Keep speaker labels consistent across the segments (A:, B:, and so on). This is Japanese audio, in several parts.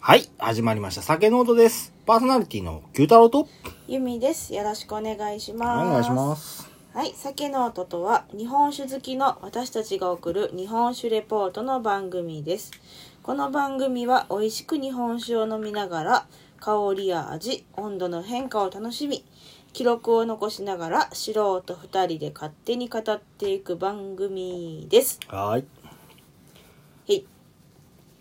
A: はい、始まりました。酒ノートです。パーソナリティの九太郎と。はい、
B: ゆみです。よろしくお願いします。
A: お願いしま。す。
B: はい、酒の音とは日本酒好きの私たちが送る日本酒レポートの番組です。この番組は美味しく日本酒を飲みながら香りや味、温度の変化を楽しみ、記録を残しながら素人2人で勝手に語っていく番組です。
A: はい。
B: はい。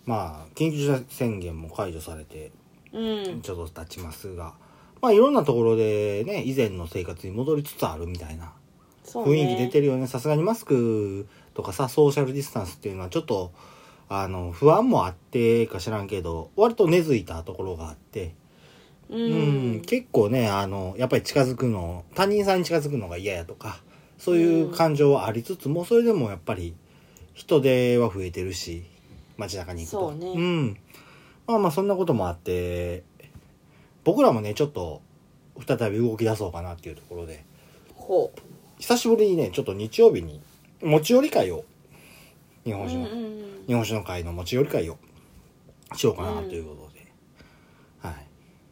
A: まあ、緊急事態宣言も解除されて、
B: うん。
A: ちょっと経ちますが、まあ、いろんなところでね、以前の生活に戻りつつあるみたいな
B: そう
A: 雰
B: ね。
A: 囲気出てるよね。さすがにマスクとかさ、ソーシャルディスタンスっていうのはちょっと、あの、不安もあってか知らんけど、割と根付いたところがあって、
B: う
A: うん
B: ん。
A: 結構ねあのやっぱり近づくの他人さんに近づくのが嫌やとかそういう感情はありつつもそれでもやっぱり人出は増えてるし街中に行くと
B: そうね
A: ん、まあまあそんなこともあって僕らもねちょっと再び動き出そうかなっていうところで
B: ほ
A: 久しぶりにねちょっと日曜日に持ち寄り会を日
B: う。う
A: 本
B: んう
A: 酒の、
B: んうん。
A: 日本酒の会の持ち寄り会をしようかなということで、はい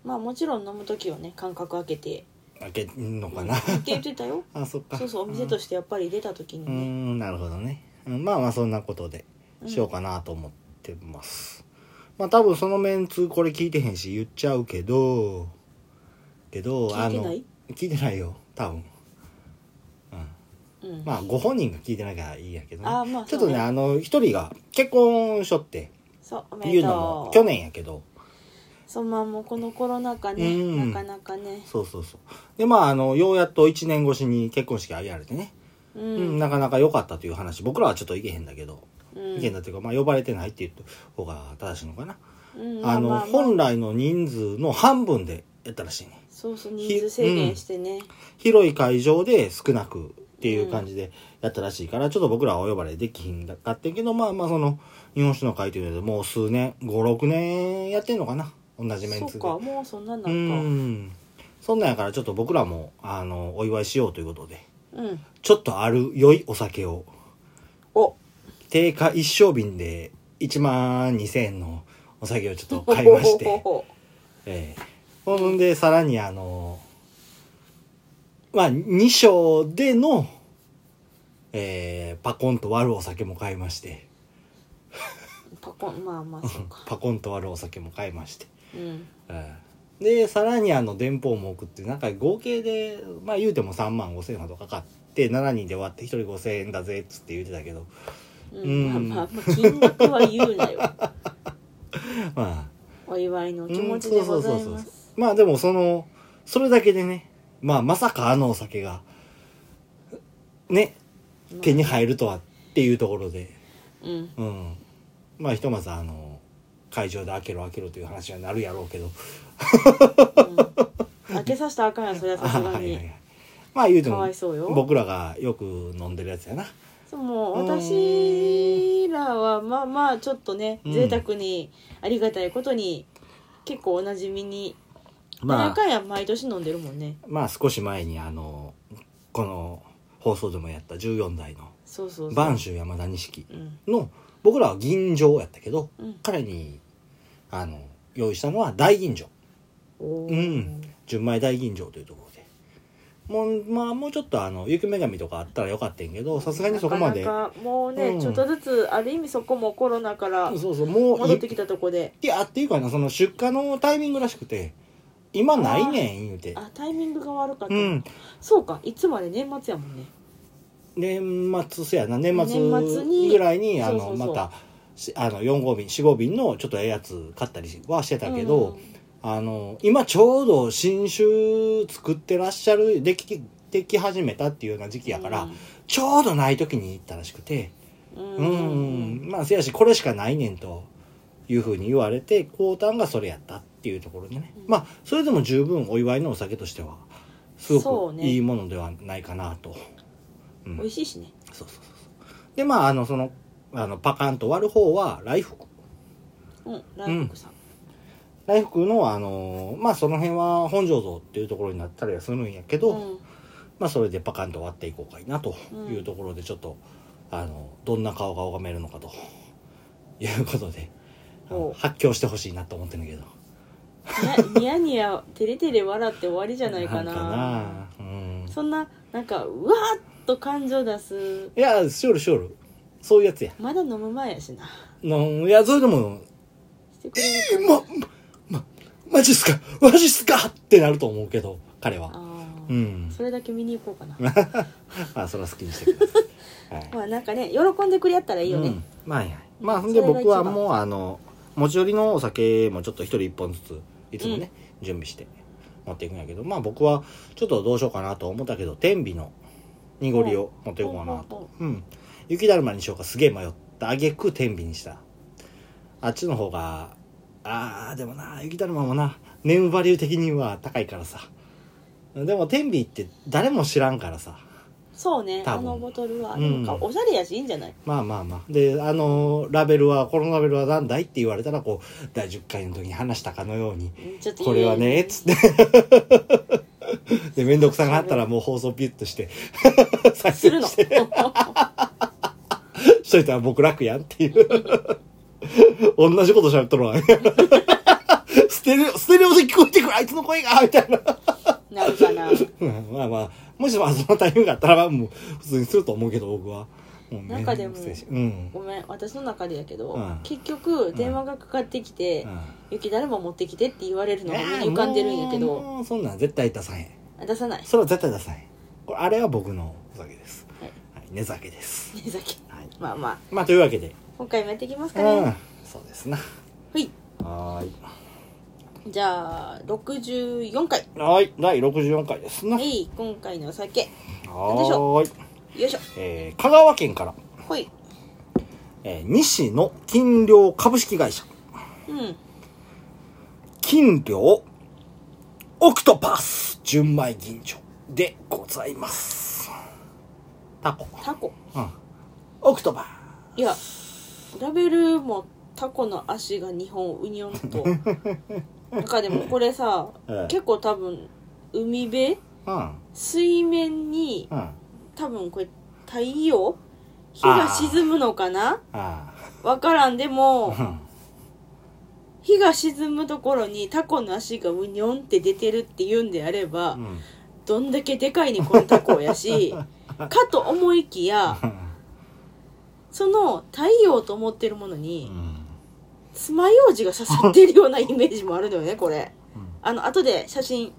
B: まあもちろん飲むときはね、間隔空 けて。
A: 開けんのかな、
B: って言ってたよ。
A: あそっか
B: そうそうお店としてやっぱり出た時に
A: うー
B: ね、
A: んなるほどねうんまあまあそんなことで
B: うん
A: しようかなと思ってます、まあ多分そのメンツこれ聞いてへんし言っちゃうけどけど
B: 聞いてない
A: あの聞いてないよ多分、うん、
B: うん
A: まあご本人が聞いてないからいいやけど、
B: あーまあ
A: ちょっと
B: そう
A: ね
B: ね
A: あの一人が結婚しょって
B: そうおめ
A: い
B: で
A: うのも
B: とう
A: 去年やけど
B: そうまあもうこのコロナ禍
A: う
B: ね、
A: ん
B: なかなかね
A: そうそうそうでまああのようやっと1年越しに結婚式挙げられてね、
B: う
A: うん
B: ん、
A: なかなか良かったという話僕らはちょっといけへんだけど
B: うん
A: 意見だというか、まあ、呼ばれてないっていう方が正しいのかな、
B: うん
A: あの、
B: まま
A: 本来の人数の半分でやったらしいね
B: そうそう人数制限してね、
A: 広い会場で少なくっていう感じでやったらしいから、ちょっと僕らはお呼ばれできひんかってんけどまあまあその日本酒の会というのでもう数年56年やってんのかな同じメンツで
B: そうかもうそんななんか
A: う、んそんなんやからちょっと僕らもあのお祝いしようということで
B: うん、
A: ちょっとある良いお酒を
B: お
A: 定価一升瓶で1万2000円のお酒をちょっと買いまし
B: ほ
A: て
B: ほほほ
A: ええほんでさらにあのまあ2章での、えーパコンと割るお酒も買いまして
B: パコンまあまあそうか
A: パコンと割るお酒も買いまして、
B: うん
A: ええでさらにあの電報も送ってなんか合計でまあ言うても3万5千円ほどかかって7人で割って1人5千円だぜっつって言ってたけど
B: う
A: うん
B: ん、まあまあまあ金額は言う なよ
A: まあ
B: お祝いの気持ちでござい
A: うんそうそうそう
B: ま
A: そう
B: す
A: まあでもそのそれだけでね、まあ、まさかあのお酒がね手に入るとはっていうところで、
B: うん
A: うん、まあひとまずあの会場で開けろ開けろという話にはなるやろうけど
B: 開けさせたらあかんやんそれはさすが
A: はいはいは
B: に
A: いまあ言うて
B: か
A: も
B: わいそうよ
A: 僕らがよく飲んでるやつやな
B: そうも
A: う
B: うん私らはまあまあちょっとね、
A: うん
B: 贅沢にありがたいことに結構おなじみに
A: ま
B: 何
A: あ
B: 回や毎年飲んでるもんね
A: まあ少し前にあのこの放送でもやった14代の
B: そうそうそう
A: 播州山田錦
B: うん
A: の僕らは銀醸やったけど、
B: うん
A: 彼にあの用意したのは大吟醸
B: お
A: う
B: ー
A: ん純米大吟醸というところでもうまあもうちょっとあの雪女神とかあったらよかったんやけどさすがにそこまで
B: なかなかもうね、
A: うん
B: ちょっとずつある意味そこもコロナから
A: そうそうもう
B: 戻ってきたとこで
A: いやっていうかなその出荷のタイミングらしくて今ないねん言うて
B: あタイミングが悪かった、
A: うん
B: そうかいつまで年末やもんね
A: 年末せやな年末
B: 年末に
A: ぐらいにあ
B: そ
A: の
B: うそう
A: ま
B: そう
A: たしあの4号瓶4号瓶のちょっとええやつ買ったりはしてたけど、あの今ちょうど新酒作ってらっしゃるできでき始めたっていうような時期やから、ちょうどない時に行ったらしくて
B: うん
A: うんまあせやしこれしかないねんというふうに言われて高端がそれやったっていうところでね、
B: うん
A: まあそれでも十分お祝いのお酒としてはす
B: そ
A: ご
B: う
A: く
B: ね
A: いいものではないかなと。うん
B: 美味しいしね
A: そうそうそうそうでまああのそのあのパカンと割る方は来福
B: うんライフさん、
A: 来福のあのまあその辺は本醸造っていうところになったりはするんやけど、
B: うん
A: まあそれでパカンと割っていこうかいなというとこ ろでちょっと、あのどんな顔が拝めるのかということであの
B: お
A: 発狂してほしいなと思ってんだけど
B: ニヤニヤ照れ照れ笑って終わりじゃないかな
A: なうん
B: そんななんかうわーっと感情出す
A: いやしょるしょるそういうやつや
B: まだ飲む前やしな
A: のいやそれでも
B: してくれるかな
A: ま、ま、マジっすかマジっすかってなると思うけど、彼は。
B: あ
A: う
B: ー
A: ん。
B: それだけ見に行こうかな
A: まあ、それは好きにしてください。はい。
B: まあなんかね喜んでくれやったらいいよ
A: う
B: ね
A: ん、まあ、はいはいまあ、
B: そ
A: ほ
B: れ
A: ん
B: が
A: で
B: 一番
A: 僕はもう、あの、持ち寄りのお酒もちょっと一人一本ずつ、いつもね、準備して持っていくんやけど、まあ僕はちょっとどうしようかなと思ったけど、天日の濁りを持っていこうかなと。うん。雪だるまにしようかすげえ迷った。あげく天日にした。あっちの方が、あー、でもな、雪だるまもな、ネームバリュー的には高いからさ。でも天日って誰も知らんからさ。
B: そうね
A: 多
B: あ
A: 分
B: のボトルは
A: うん
B: なんかおしゃれやしいいんじゃない
A: まあまあまあ。で、あのラベルは、このラベルは何だいって言われたら、こう、第10回の時に話したかのように、
B: うんちょっといい
A: これはね、つって。で、めんどくさがあったらもう放送ピュッとして、再
B: す
A: 生
B: るの
A: して、しといたら僕楽やんっていう。同じこと喋っとるわ。 ステレオ、ステレオで聞こえてくるあいつの声がみたいな。
B: なるかな
A: うんまあまあ、もしもそのタイミングがあったら、まあもう、普通にすると思うけど、僕は。もうめんどくせえしうん。
B: ごめん私の中でやけど、
A: うん
B: 結局電話がかかってきて「
A: うん
B: 雪だるま持ってきて」って言われるのが目に浮かんでるんや
A: もう
B: けど
A: もうそんなん絶対出さへん
B: 出さない
A: それは絶対出さへんこれあれは僕のお酒です
B: はい
A: はい寝酒です
B: ねさっき
A: はい
B: まあまあ
A: まあというわけで
B: 今回もやっていきます
A: う
B: かね、
A: んそうですな
B: はい
A: はーい
B: じゃあ64回
A: はーい第64回ですな
B: は
A: はい
B: 今回のお酒
A: ーい
B: よいしょ
A: えー香川県から
B: ほい
A: えー西野金陵株式会社
B: うん
A: 金陵オクトパス純米吟醸でございますタコ
B: タコ
A: うんオクトパー
B: いやラベルもタコの足が2本ウニョンと なんかでもこれさ、
A: ええ
B: 結構多分海辺
A: うん
B: 水面に
A: うんあ
B: 多分これ太陽日が沈むのかな
A: あ
B: わからんでも
A: うん
B: 日が沈むところにタコの足がうにょんって出てるって言うんであれば、
A: うん
B: どんだけでかいねこのタコ やしかと思いきやその太陽と思ってるものに爪楊枝が刺さってるようなイメージもあるのよねこれ
A: う
B: あの後で写真
A: ん、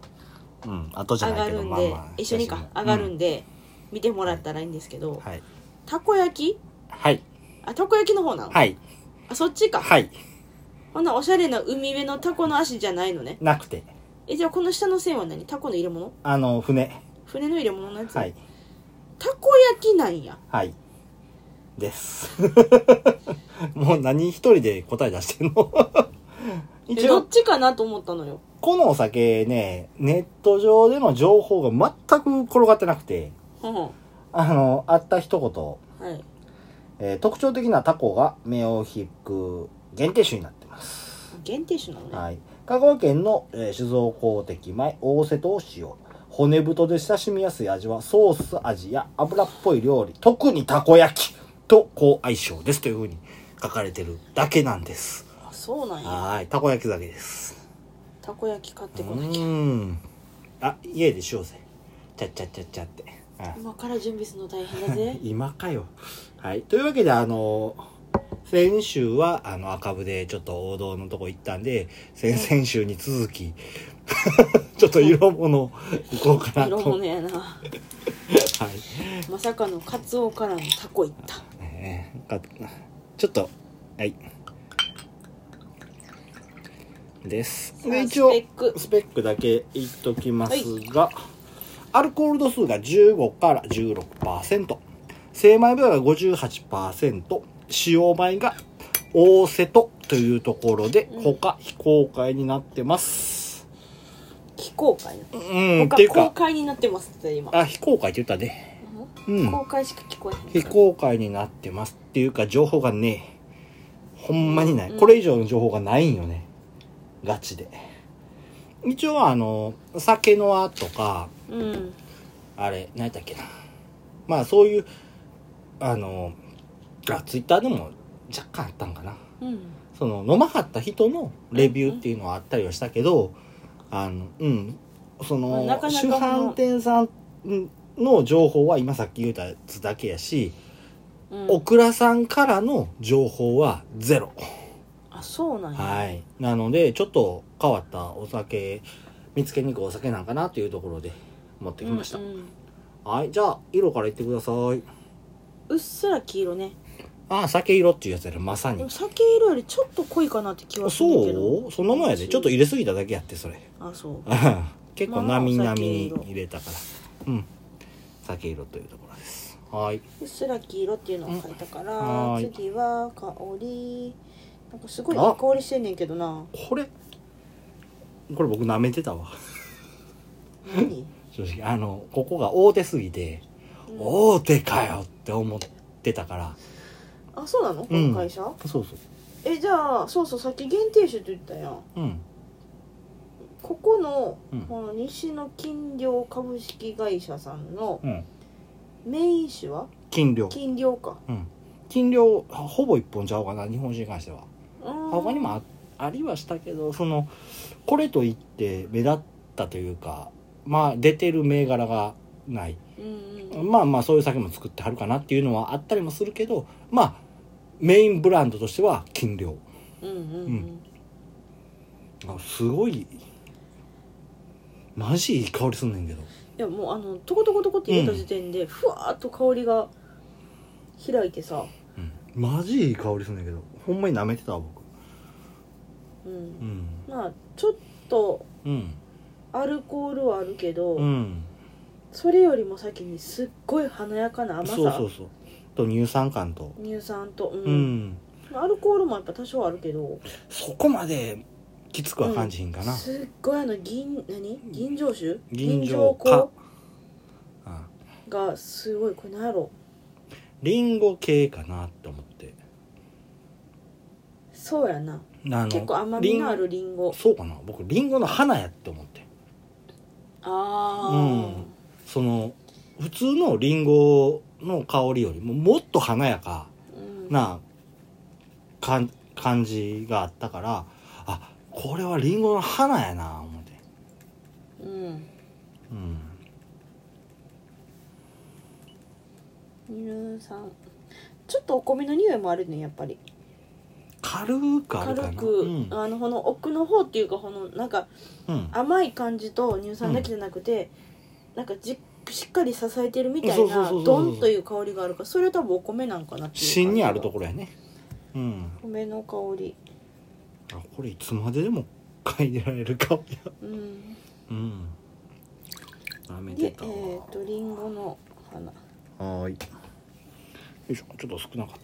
A: うん、後じゃ
B: 上
A: な
B: が
A: いけ
B: る
A: ど
B: んで、
A: まあまあ
B: 一緒にか上がるんで、見てもらったらいいんですけど、
A: うんはい
B: たこ焼き
A: はい
B: あたこ焼きの方なの、
A: はい
B: あそっちか
A: はい
B: こんなおしゃれな海辺のタコの足じゃないのね
A: なくて
B: えじゃあこの下の線は何タコの入れ物
A: あの船
B: 船の入れ物のやつ、
A: はい
B: たこ焼きなんや
A: はいです もう何一人で答え出してんの
B: で
A: 一
B: ど
A: 応
B: っちかなと思ったのよ
A: このお酒ねネット上での情報が全く転がってなくて
B: ほんほん
A: あのあった一言
B: はい
A: えー特徴的なタコが目を引く限定種になってます。
B: 限定種なのね、
A: はい。香川県の、えー酒造公的米大瀬戸を使用。骨太で親しみやすい味はソース味や油っぽい料理、特にたこ焼きと好相性ですというふうに書かれてるだけなんです。
B: あそうなんや
A: はい。たこ焼き酒です。
B: たこ焼き買って
A: う
B: こなきゃ
A: ーん。あ、家でしようぜ。ちゃっちゃっちゃっちゃって。うん
B: 今から準備するの大変だぜ
A: 今かよ。はい。というわけで、あの、先週は、あの、赤部でちょっと王道のとこ行ったんで、先々週に続き、 ちょっと色物行こうかなと。はい。
B: 色物やなまさかのカツオからのタコいった
A: えーかちょっと、はい。です。
B: さあ
A: で、一応
B: スペック、
A: スペックだけ言っときますが、アルコール度数が15から16%、精米部が58%、使用米が大瀬戸というところで、
B: うん
A: 他非公開になってます。
B: 非公開な
A: うん、ってい
B: 他
A: う
B: 公
A: か、
B: 開になってますって今、
A: あ、非公開って言ったね。う
B: うん
A: ん
B: 公。開しか聞こえへ
A: 非
B: ん
A: 公開になってますっていうか、情報がねえ。ほんまにない。
B: うん
A: これ以上の情報がないんよね。ガチで。一応、あの、酒の輪とか、
B: うん
A: あれ、何やったっけな。まあそういう、あの、あ、ツイッターでも若干あったんかな。
B: うん
A: その飲まはった人のレビューっていうのはあったりはしたけど、あのうんその
B: なかなか
A: 主
B: もう
A: 販店さんの情報は今さっき言ったやつだけやし、
B: うん
A: オクラさんからの情報はゼロ。
B: あそうなんや、
A: はい。なので、ちょっと変わったお酒、見つけに行くお酒なんかなというところで持ってきました。
B: うんうん
A: はい。じゃあ、色からいってください。
B: うっすら黄色ね
A: ああ、酒色っていうやつやね、まさ
B: で
A: に
B: も。酒色よりちょっと濃いかなって気はするんだけど
A: そうそんなもんやで。ちょっと入れすぎただけやって、それ。
B: あそう
A: ああ結構
B: まあ
A: なみ
B: まあ
A: なみに入れたから。うん。酒色というところです。はい。
B: うっすら黄色っていうのを書いたか
A: うん
B: ら
A: はーい
B: 次は香りなんかすごいいい
A: あ
B: 香りしてんねんけどな
A: これ、これ僕舐めてたわ。
B: 何
A: 正直。あの、ここが大手すぎて、大手かよって思ってたから。
B: あそうなのこの会社、
A: そうそう。
B: えじゃあそうそうさっき限定酒って言ったやん
A: うん。
B: ここの、
A: うん
B: この西の金陵株式会社さんの
A: うん。
B: メイン酒は
A: 金量。
B: 金陵か
A: うん。金量、ほぼ一本ちゃうかな、日本酒に関しては。
B: うーん
A: 他にもあありはしたけど、その、これといって目立ったというか、まあ、出てる銘柄がない。
B: うんうん
A: まあまあ、そういう酒も作ってはるかなっていうのはあったりもするけど、まあ、メインブランドとしては金量。
B: うんうん
A: う
B: うん
A: あすごい、マジいい香りすんねんけど。
B: いやもうあのトコトコトコって入れた時点で、ふわーっと香りが開いてさ、
A: うん。マジいい香りすんねんけど。ほんまに舐めてたわ、僕。
B: うん
A: うん。
B: まあちょっと
A: うん。
B: アルコールはあるけど、
A: うん。
B: それよりも先にすっごい華やかな甘さ
A: そうそうそうと乳酸感と
B: 乳酸と、うん
A: うん、
B: アルコールもやっぱ多少あるけど
A: そこまできつくは感じひんかな、
B: すっごいあの銀何銀醸酒
A: 銀
B: 醸
A: 醸
B: 香
A: かうん
B: がすごいこれ何やろ
A: リンゴ系かなって思って
B: そうやな
A: あの
B: 結構甘みのあ
A: リ
B: るリンゴ
A: ンそうかな僕リンゴの花やって思って
B: ああ、
A: うんその普通のリンゴの香りよりももっと華やか
B: うん
A: なかん感じがあったからあこれはリンゴの花やな思って
B: うん
A: うん
B: 乳酸ちょっとお米の匂いもあるねやっぱり
A: 軽くあるか
B: 軽
A: な
B: く、
A: うん
B: あのこの奥の方っていうかこのなんか
A: うん、
B: 甘い感じと乳酸だけじゃなくて、なんかじしっかり支えてるみた
A: そう
B: い
A: そうそうそ
B: な
A: う
B: ドンという香りがあるからそれは多分お米なんかなっていう
A: 芯にあるとこ
B: ろ
A: ろやねうん
B: 米の香り
A: あこれいつまででも嗅いでられる香りや
B: うん
A: うん舐め
B: でえ
A: て
B: った
A: わ、
B: とりんごの花
A: はーいよいしょちょっと少なかっ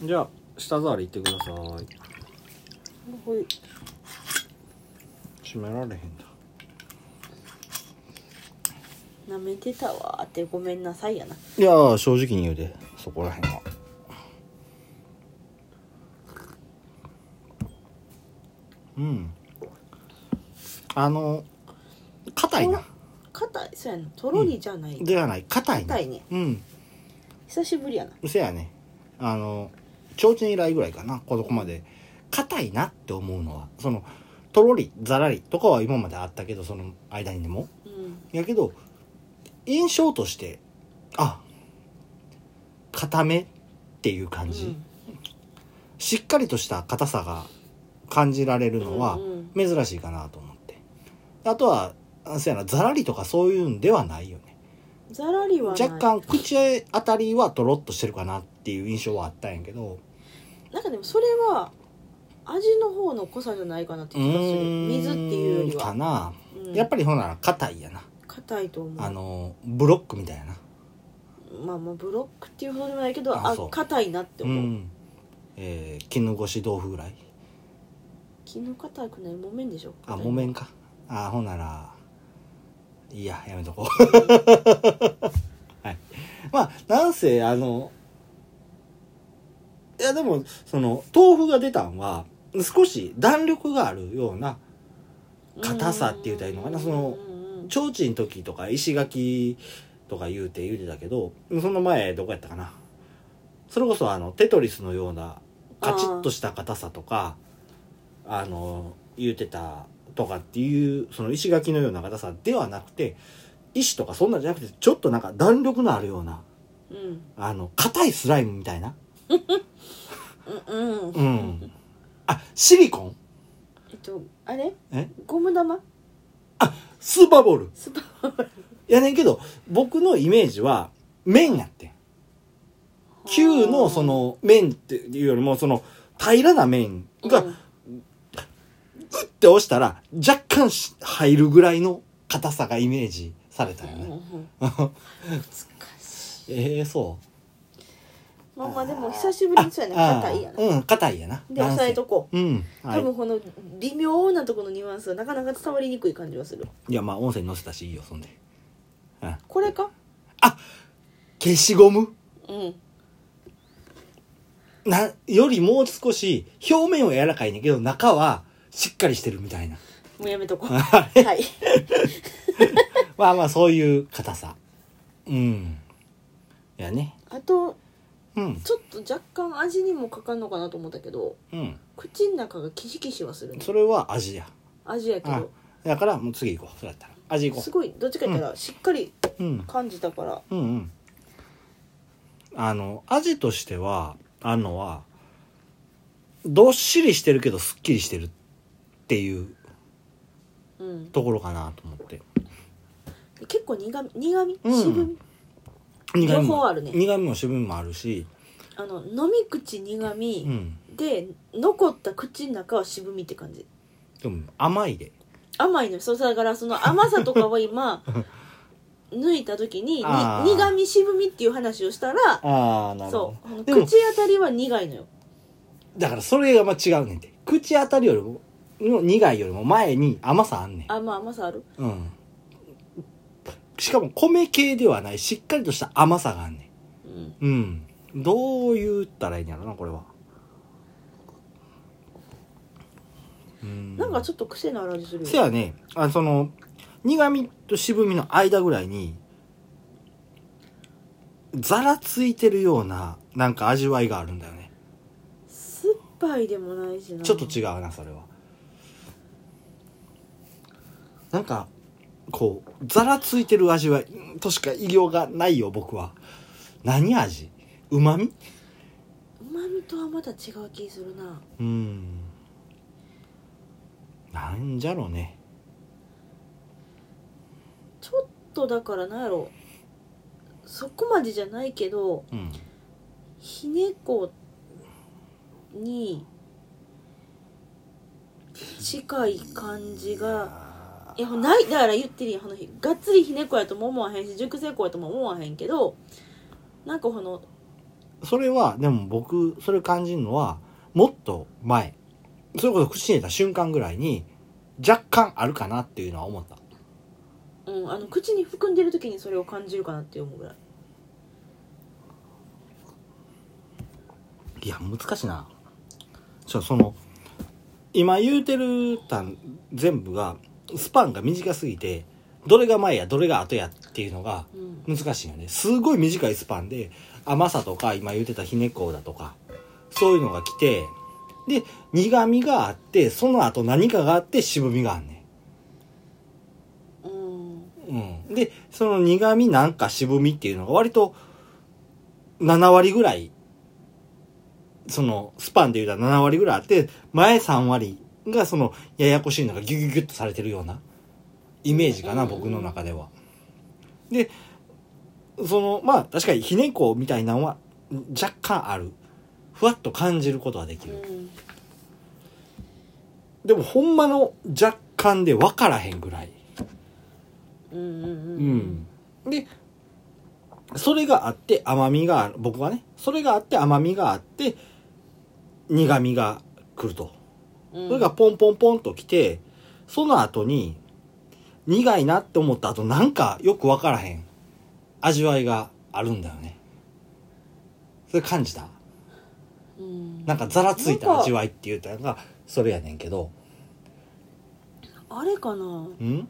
A: たじゃあ舌触りいってください
B: ほい
A: 閉められへんだ
B: 舐めてたわーってごめんなさいやない
A: やー正直に言うでそこらへんはうんあの硬いな
B: 硬いそうやなとろりじゃない、
A: ではない硬いな
B: 硬いね
A: うん
B: 久しぶりやな
A: せやねあの提灯以来ぐらいかなここまで硬いなって思うのはそのとろりざらりとかは今まであったけどその間にでも
B: うん
A: やけど印象としてあ硬めっていう感じ、しっかりとした硬さが感じられるのは
B: うん
A: 珍しいかなと思ってあとはあせやなざらりとかそういうんではないよね
B: うんざらりはない
A: 若干口当たりはとろっとしてるかなっていう印象はあったんやけど
B: なんかでもそれは味の方の濃さじゃないかなって気がする水っていうより
A: か
B: は、
A: な、
B: うん
A: やっぱりほんなら硬いやな、
B: 硬いと思う
A: あのブロックみたいやな
B: まあまあブロックっていうほどでもないけど
A: あ
B: あ
A: そう
B: 硬いなって
A: う
B: 思う、
A: んえー絹ごし豆腐ぐらい
B: 昨日硬くない木綿でしょ
A: あ木綿かあほんならいいややめとこう はいまあなんせあのいやでもその豆腐が出たんは少し弾力があるような硬さって言ったらいいのかなその提灯の時とか石垣とか言うて言うてたけどその前どこやったかなそれこそあのテトリスのようなカチッとした硬さとかあの言うてたとかっていうその石垣のような硬さではなくて石とかそんなんじゃなくてちょっとなんか弾力のあるような
B: うん
A: あの硬いスライムみたいな
B: うんうん
A: うんあシリコン
B: えっとあれ
A: え
B: ゴム玉
A: スーパーボール
B: スパ
A: やねんけど僕のイメージは麺やってん球のその面っていうよりもその平らな面が
B: うん
A: って押したら若干し入るぐらいの硬さがイメージされたよ
B: うんう
A: ね。
B: ん難しい
A: ええそう。
B: まあまあでも久しぶりにそうやね
A: あ
B: 硬いやな
A: あうん、硬いやな。
B: で押さえとこう
A: 男性うん。は
B: 多分
A: い。
B: この微妙なところのニュアンスはなかなか伝わりにくい感じはする
A: いや、まあ音声載せたしいいよ、そんで。うん。
B: これか
A: 消しゴム
B: うん
A: な、よりもう少し表面は柔らかいねんけど中はしっかりしてるみたいな。
B: もうや めとこうはい
A: まあまあそういう硬さ。うん。やね。
B: あと
A: うん。
B: ちょっと若干味にもかかんのかなと思ったけど
A: うん。
B: 口の中がキシキシはするね
A: それは味や。
B: 味やけ
A: あ
B: ど
A: だからもう次行こう。そうやったら。味行こ
B: すごいどっちか言ったらしっかり
A: う。うん。
B: 感じたから
A: うんうんあの味としてはあんのはどっしりしてるけどすっきりしてるっていう
B: うん
A: ところかなと思って
B: 結構苦み苦み
A: うん
B: 渋み両方あるね
A: 苦みも渋みもあるし、
B: あの飲み口苦
A: う
B: み
A: ん、
B: で残った口の中は渋みって感じ
A: でも甘いで
B: 甘いのよそうだからその甘さとか は今抜いた時にに
A: あー
B: 苦み渋みっていう話をしたら
A: ああな
B: そうあの
A: でも
B: 口当たりは苦いのよ
A: だからそれがまあ違うねんて口当たりよりもの苦いよりも前に甘さあんねん
B: あまあ甘さある
A: うんしかも米系ではないしっかりとした甘さがあんねん
B: うん
A: うんどう言ったらいいんやろなこれはうん
B: なんかちょっと癖のある味する
A: せ
B: よ
A: やねあその苦味と渋みの間ぐらいにざらついてるようななんか味わいがあるんだよね
B: 酸っぱいでもないしな
A: ちょっと違うなそれはなんかこうざらついてる味わいうんとしか言いようがないよ僕は何味うまみ
B: うまみとはまた違う気するな
A: うんなんじゃろうね
B: ちょっとだからなんやろそこまでじゃないけど
A: うん
B: ひねこに近い感じがいやないだから言ってるやんあの日がっつりひねこやとも思わへんし熟成こやとも思わへんけどなんかこの
A: それはでも僕それ感じるのはもっと前それこそ口に入れた瞬間ぐらいに若干あるかなっていうのは思った
B: うん、あの口に含んでる時にそれを感じるかなって思うぐらい
A: いや難しいなちょその今言うてるたん全部がスパンが短すぎてどれが前やどれが後やっていうのが
B: うん
A: 難しいよねすごい短いスパンで甘さとか今言ってたひねこうだとかそういうのが来てで苦みがあってその後何かがあって渋みがあんね
B: うん
A: ん、うん、でその苦みなんか渋みっていうのが割と7割ぐらいそのスパンで言うたら7割ぐらいあって前3割がそのややこしいのがギュギュギュッとされてるようなイメージかな
B: うん
A: 僕の中では。でそのまあ確かにひねこみたいなのは若干あるふわっと感じることはでき
B: う
A: る。
B: ん
A: でもほんまの若干で分からへんぐらい。
B: うんうん
A: でそれがあって甘みがある僕はねそれがあって甘みがあって苦みが来ると
B: うん
A: それがポンポンポンと来てその後に苦いなって思った後なんかよく分からへん味わいがあるんだよねそれ感じた
B: うん
A: なんかざらついた味わいって言うたのがそれやねんけど
B: あれかな
A: うん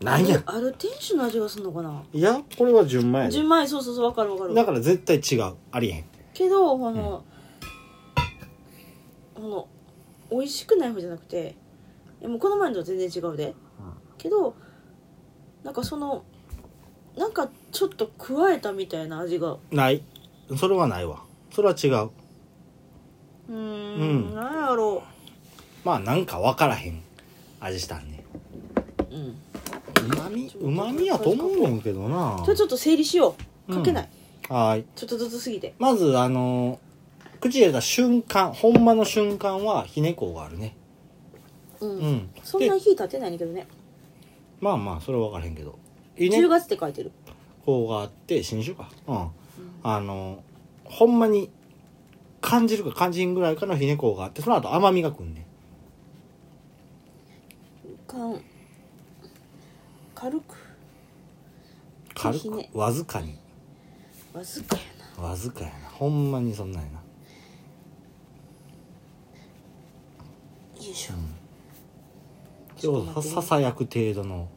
A: なんや
B: あれ店主の味がすんのかない
A: やこれは純米やで
B: 純米そうそうそうわかるわかる
A: だから絶対違うありえへん
B: けどこの、この美味しくない方じゃなくていやもうこの前のと全然違うで、けどなんかそのなんかちょっと加えたみたいな味が
A: ないそれはないわそれは違う
B: うー
A: うん
B: んなんやろ
A: まあなんか分からへん味したんね
B: う、うん、
A: うまみうまみやと思うねんけどな
B: それちょっと整理しよう
A: うん
B: かけない、
A: はーい
B: ちょっとずつすぎて
A: まずあの口入れた瞬間ほんまの瞬間はひねこうがあるね
B: うん、
A: うん
B: そん
A: で
B: な火立てないねんけどね
A: まあまあそれは分からへんけどひね
B: 10月って書いてる
A: こうがあって新種かうん、あのほんまに感じるか感じんぐらいかのひねこうがあってその後甘みがくんねん
B: かん軽く
A: 軽
B: ひ
A: く
B: ね
A: わずかに
B: わずかやな
A: わずかやなほんまにそんなんやな
B: よいしょ、ちょ
A: さ
B: っと待って
A: さ
B: ね
A: さやく程度の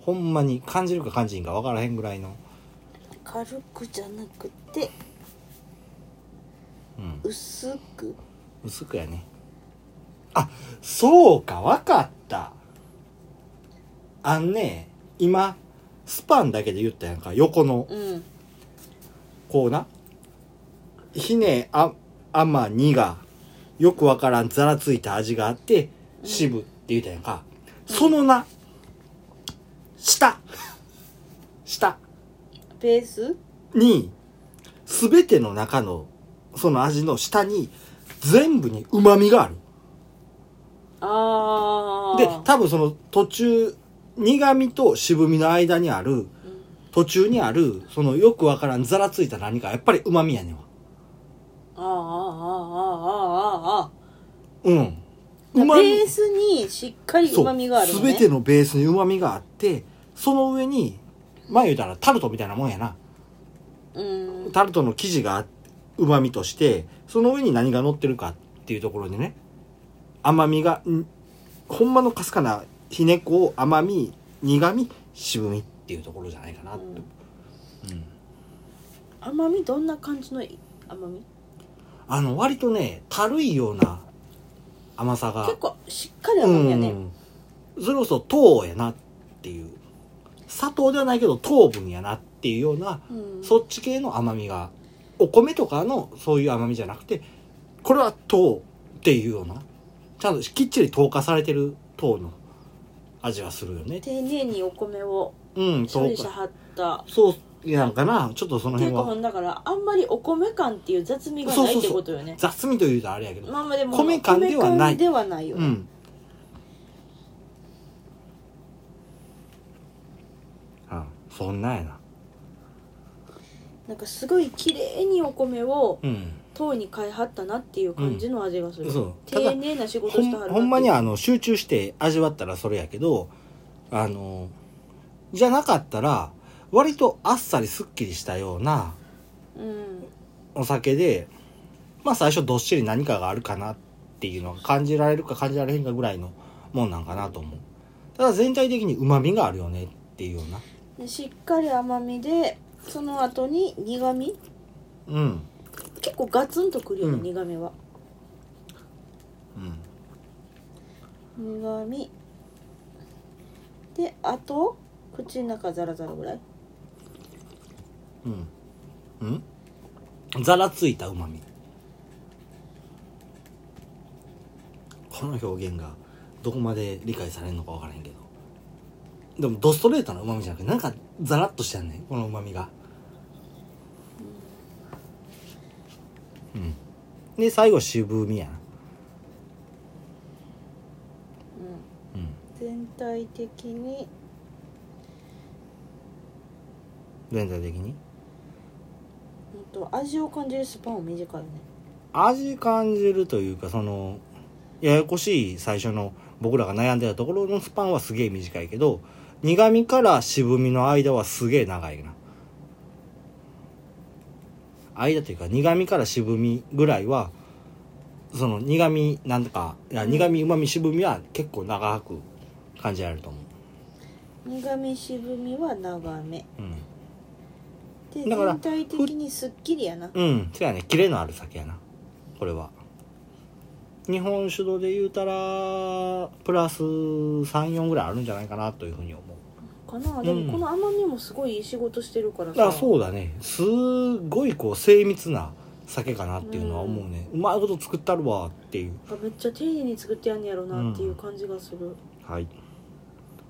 A: ほんまに感じるか感じんか分からへんぐらいの
B: 軽くじゃなくて
A: うん
B: 薄く
A: 薄くやねあそうか分かったあんね今スパンだけで言ったやんか横の
B: うん
A: こうなひねああまにがよくわからんざらついた味があって渋って言ったやんか、そのな下下
B: ベース
A: に、すべての中の、その味の下に、全部に旨味がある。
B: ああ
A: で、多分その途中、苦味と渋みの間にある、途中にある、そのよくわからんざらついた何か、やっぱり旨味やねんわ。
B: あーあーあーあーあ
A: う
B: ーあ
A: ん。
B: ー
A: 旨味
B: ベースにしっかりうまみがある
A: そ
B: の
A: う。
B: ね
A: すべてのベースに旨味があって、その上に、まあ言うたらタルトみたいなもんやな。
B: うん
A: タルトの生地が旨味として、その上に何が乗ってるかっていうところでね、甘みが、んほんまのかすかなひねこを甘み、苦み、渋みっていうところじゃないかなと。
B: うん
A: うん
B: 甘みどんな感じの甘み
A: あの、割とね、たるいような甘さが。
B: 結構しっかり甘みやね、
A: うん。それこそ糖やなっていう。砂糖ではないけど糖分やなっていうような、
B: うん
A: そっち系の甘みがお米とかのそういう甘みじゃなくてこれは糖っていうようなちゃんときっちり糖化されてる糖の味はするよね
B: 丁寧にお米を
A: うん
B: 処
A: 糖
B: 理し
A: 化
B: はった
A: そうなんかなちょっとその
B: っていう
A: 辺
B: かほ
A: は
B: んだからあんまりお米感っていう雑味がないってことよね
A: 雑味というとあれやけど
B: まあまあでも
A: 米感ではない
B: 米感ではないよ
A: う
B: ね、
A: んあそんなんやな
B: なんかすごい綺麗にお米を
A: うん
B: 糖に変えはったなっていう感じの味がする、
A: うんそう
B: 丁寧な仕事
A: ほん
B: してはるなっていう
A: ほんまにあの集中して味わったらそれやけどあのじゃなかったら割とあっさりすっきりしたような
B: うん
A: お酒でまあ最初どっしり何かがあるかなっていうのが感じられるか感じられへんかぐらいのもんなんかなと思うただ全体的に旨味があるよねっていうような
B: でしっかり甘みでその後に苦み
A: うん
B: 結構ガツンとくるよね、
A: うん
B: 苦みは
A: うん
B: 苦みであと口の中ザラザラぐらい
A: うんうんざらついた旨味この表現がどこまで理解されるのか分からへんけどでもドストレートな旨味じゃなくてなんかザラッとしてんねんこの旨味がうんで最後渋みやなうん
B: 全体的に
A: 全体的に
B: うんと味を感じるスパンは短いよね
A: 味感じるというかそのややこしい最初の僕らが悩んでたところのスパンはすげえ短いけど苦味から渋みの間はすげえ長いな間というか苦味から渋みぐらいはその苦味なんとかいや苦味うまみ渋みは結構長く感じられると思う
B: 苦み渋みは長め
A: うん
B: で
A: だから
B: 全体的にすっきりやな
A: うんそうやねキレのある酒やなこれは日本酒度で言うたらプラス34ぐらいあるんじゃないかなというふうに思う
B: かなで
A: うん
B: もこの甘みもすごいいい仕事してるからさ
A: あそうだねすごいこう精密な酒かなっていうのは思うね、うまいこと作ったるわっていう
B: あめっちゃ丁寧に作ってやんねやろなっていう感じがする
A: はい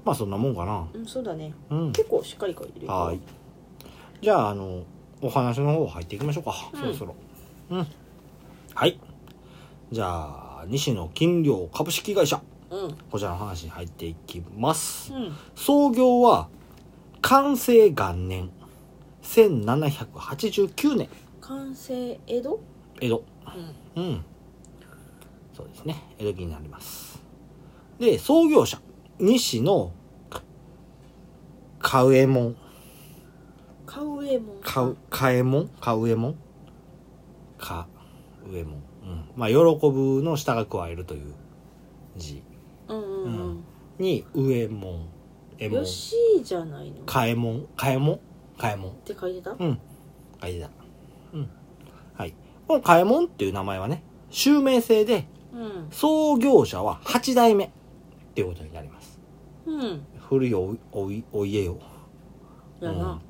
A: まあそんなもんかな
B: うん、そうだね
A: うん
B: 結構しっかり書いてるよ
A: はいじゃああのお話の方入っていきましょうか、
B: うん
A: そろそろうんはいじゃあ西野金良株式会社
B: うんうん
A: こちらの話に入っていきます創業は寛政元年1789年
B: 完成江戸
A: 江戸
B: うん
A: うん。そうですね。江戸期になります。で、創業者、西野、かうえもん、
B: 買うえもん
A: かう、かえもん、かうえもん、かうえもん。うん。まあ、喜ぶの下が加えるという字
B: うんうん
A: に、うえもん、え
B: うん
A: も
B: よ
A: ん、
B: しじゃないのっ
A: かえもん、かえもん、かえもん。
B: て書いてた
A: うん。あれだ。うん。はい。このかえもんっていう名前はね、襲名制で、
B: うん
A: 創業者は8代目っていうことになります
B: うん
A: 古いおいおいお家を、
B: や
A: うん
B: な、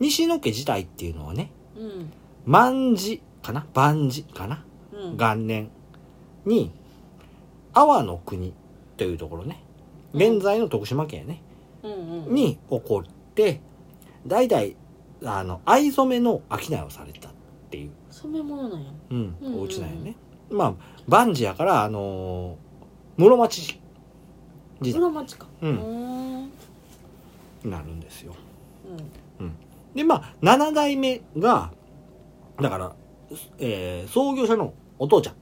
A: 西野家自体っていうのはね
B: うん
A: 万事かな万事かな
B: うん
A: 元年に阿波の国というところね
B: うん
A: 現在の徳島県ね、
B: うんうん
A: に起こって代々あの藍染めの商いをされてたっていう、
B: 染め物なんや
A: うん
B: うんうんうん
A: お家なんよねまあ万事やからあのー室町時代
B: 室町か
A: うん
B: うーん
A: になるんですよ
B: うん
A: でまあ7代目がだから、えー創業者のお父ちゃ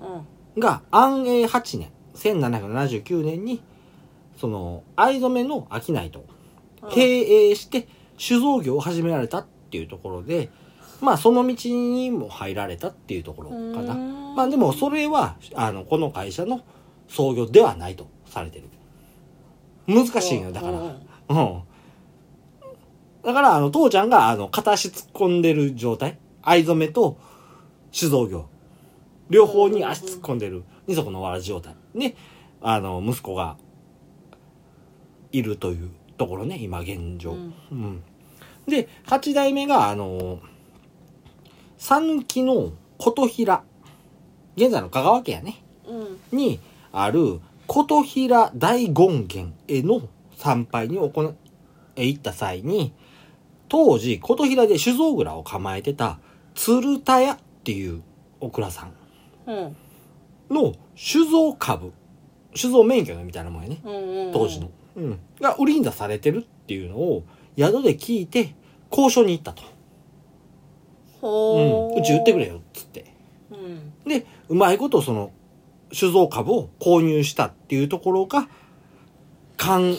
B: うん
A: んが安永8年1779年にその藍染めの商いと
B: うん
A: 経営して酒造業を始められたっていうところでまあその道にも入られたっていうところ
B: う
A: か
B: ー
A: な。
B: ん
A: まあでもそれはあのこの会社の創業ではないとされてる。難しいのよだから
B: う。ん
A: うん。だから、あの、父ちゃんが、あの、片足突っ込んでる状態。藍染めと酒造業。両方に足突っ込んでる二足のわらじ状態。ね。あの、息子が、いるというところね、今現状。
B: うん
A: うん。で、八代目が、あの、讃岐の琴平。現在の香川県やね。
B: うん
A: にある琴平大権現への参拝に行え行った際に当時琴平で酒造蔵を構えてた鶴田屋っていうお蔵さん
B: うん
A: の酒造株酒造免許みたいなもんやね
B: うんうん
A: 当時の、うん、が売りに出されてるっていうのを宿で聞いて交渉に行ったと、
B: ほ
A: う
B: ー
A: ん、うち売ってくれよっつって
B: うん
A: で、うまいことその、酒造株を購入したっていうところが、完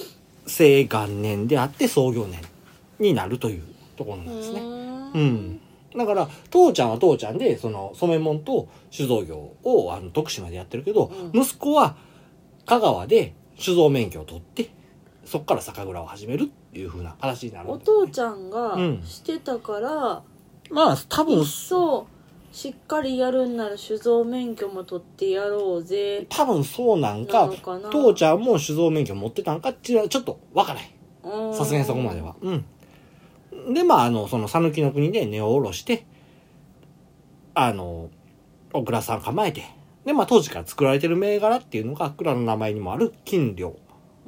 A: 成元年であって創業年になるというところなんです
B: う
A: ね。
B: ー
A: うんん。だから、父ちゃんは父ちゃんで、その、染め物と酒造業を、あの、徳島でやってるけど、
B: うん
A: 息子は、香川で酒造免許を取って、そっから酒蔵を始めるっていう風な話になる
B: お
A: んですね
B: 父ちゃんが
A: うん
B: してたから、
A: まあ、多
B: い
A: 分
B: っ、そしっかりやるんなら酒造免許も取ってやろうぜ
A: 多分そうなん
B: な
A: か
B: の、かな
A: 父ちゃんも酒造免許持ってたんかっていうのはちょっとわからへん。
B: ゃ
A: さすがにそこまでは。うん。で、まあ、あの、その、讃岐の国で根を下ろして、あの、お蔵さん構えて、で、まあ、当時から作られてる銘柄っていうのが、蔵の名前にもある金漁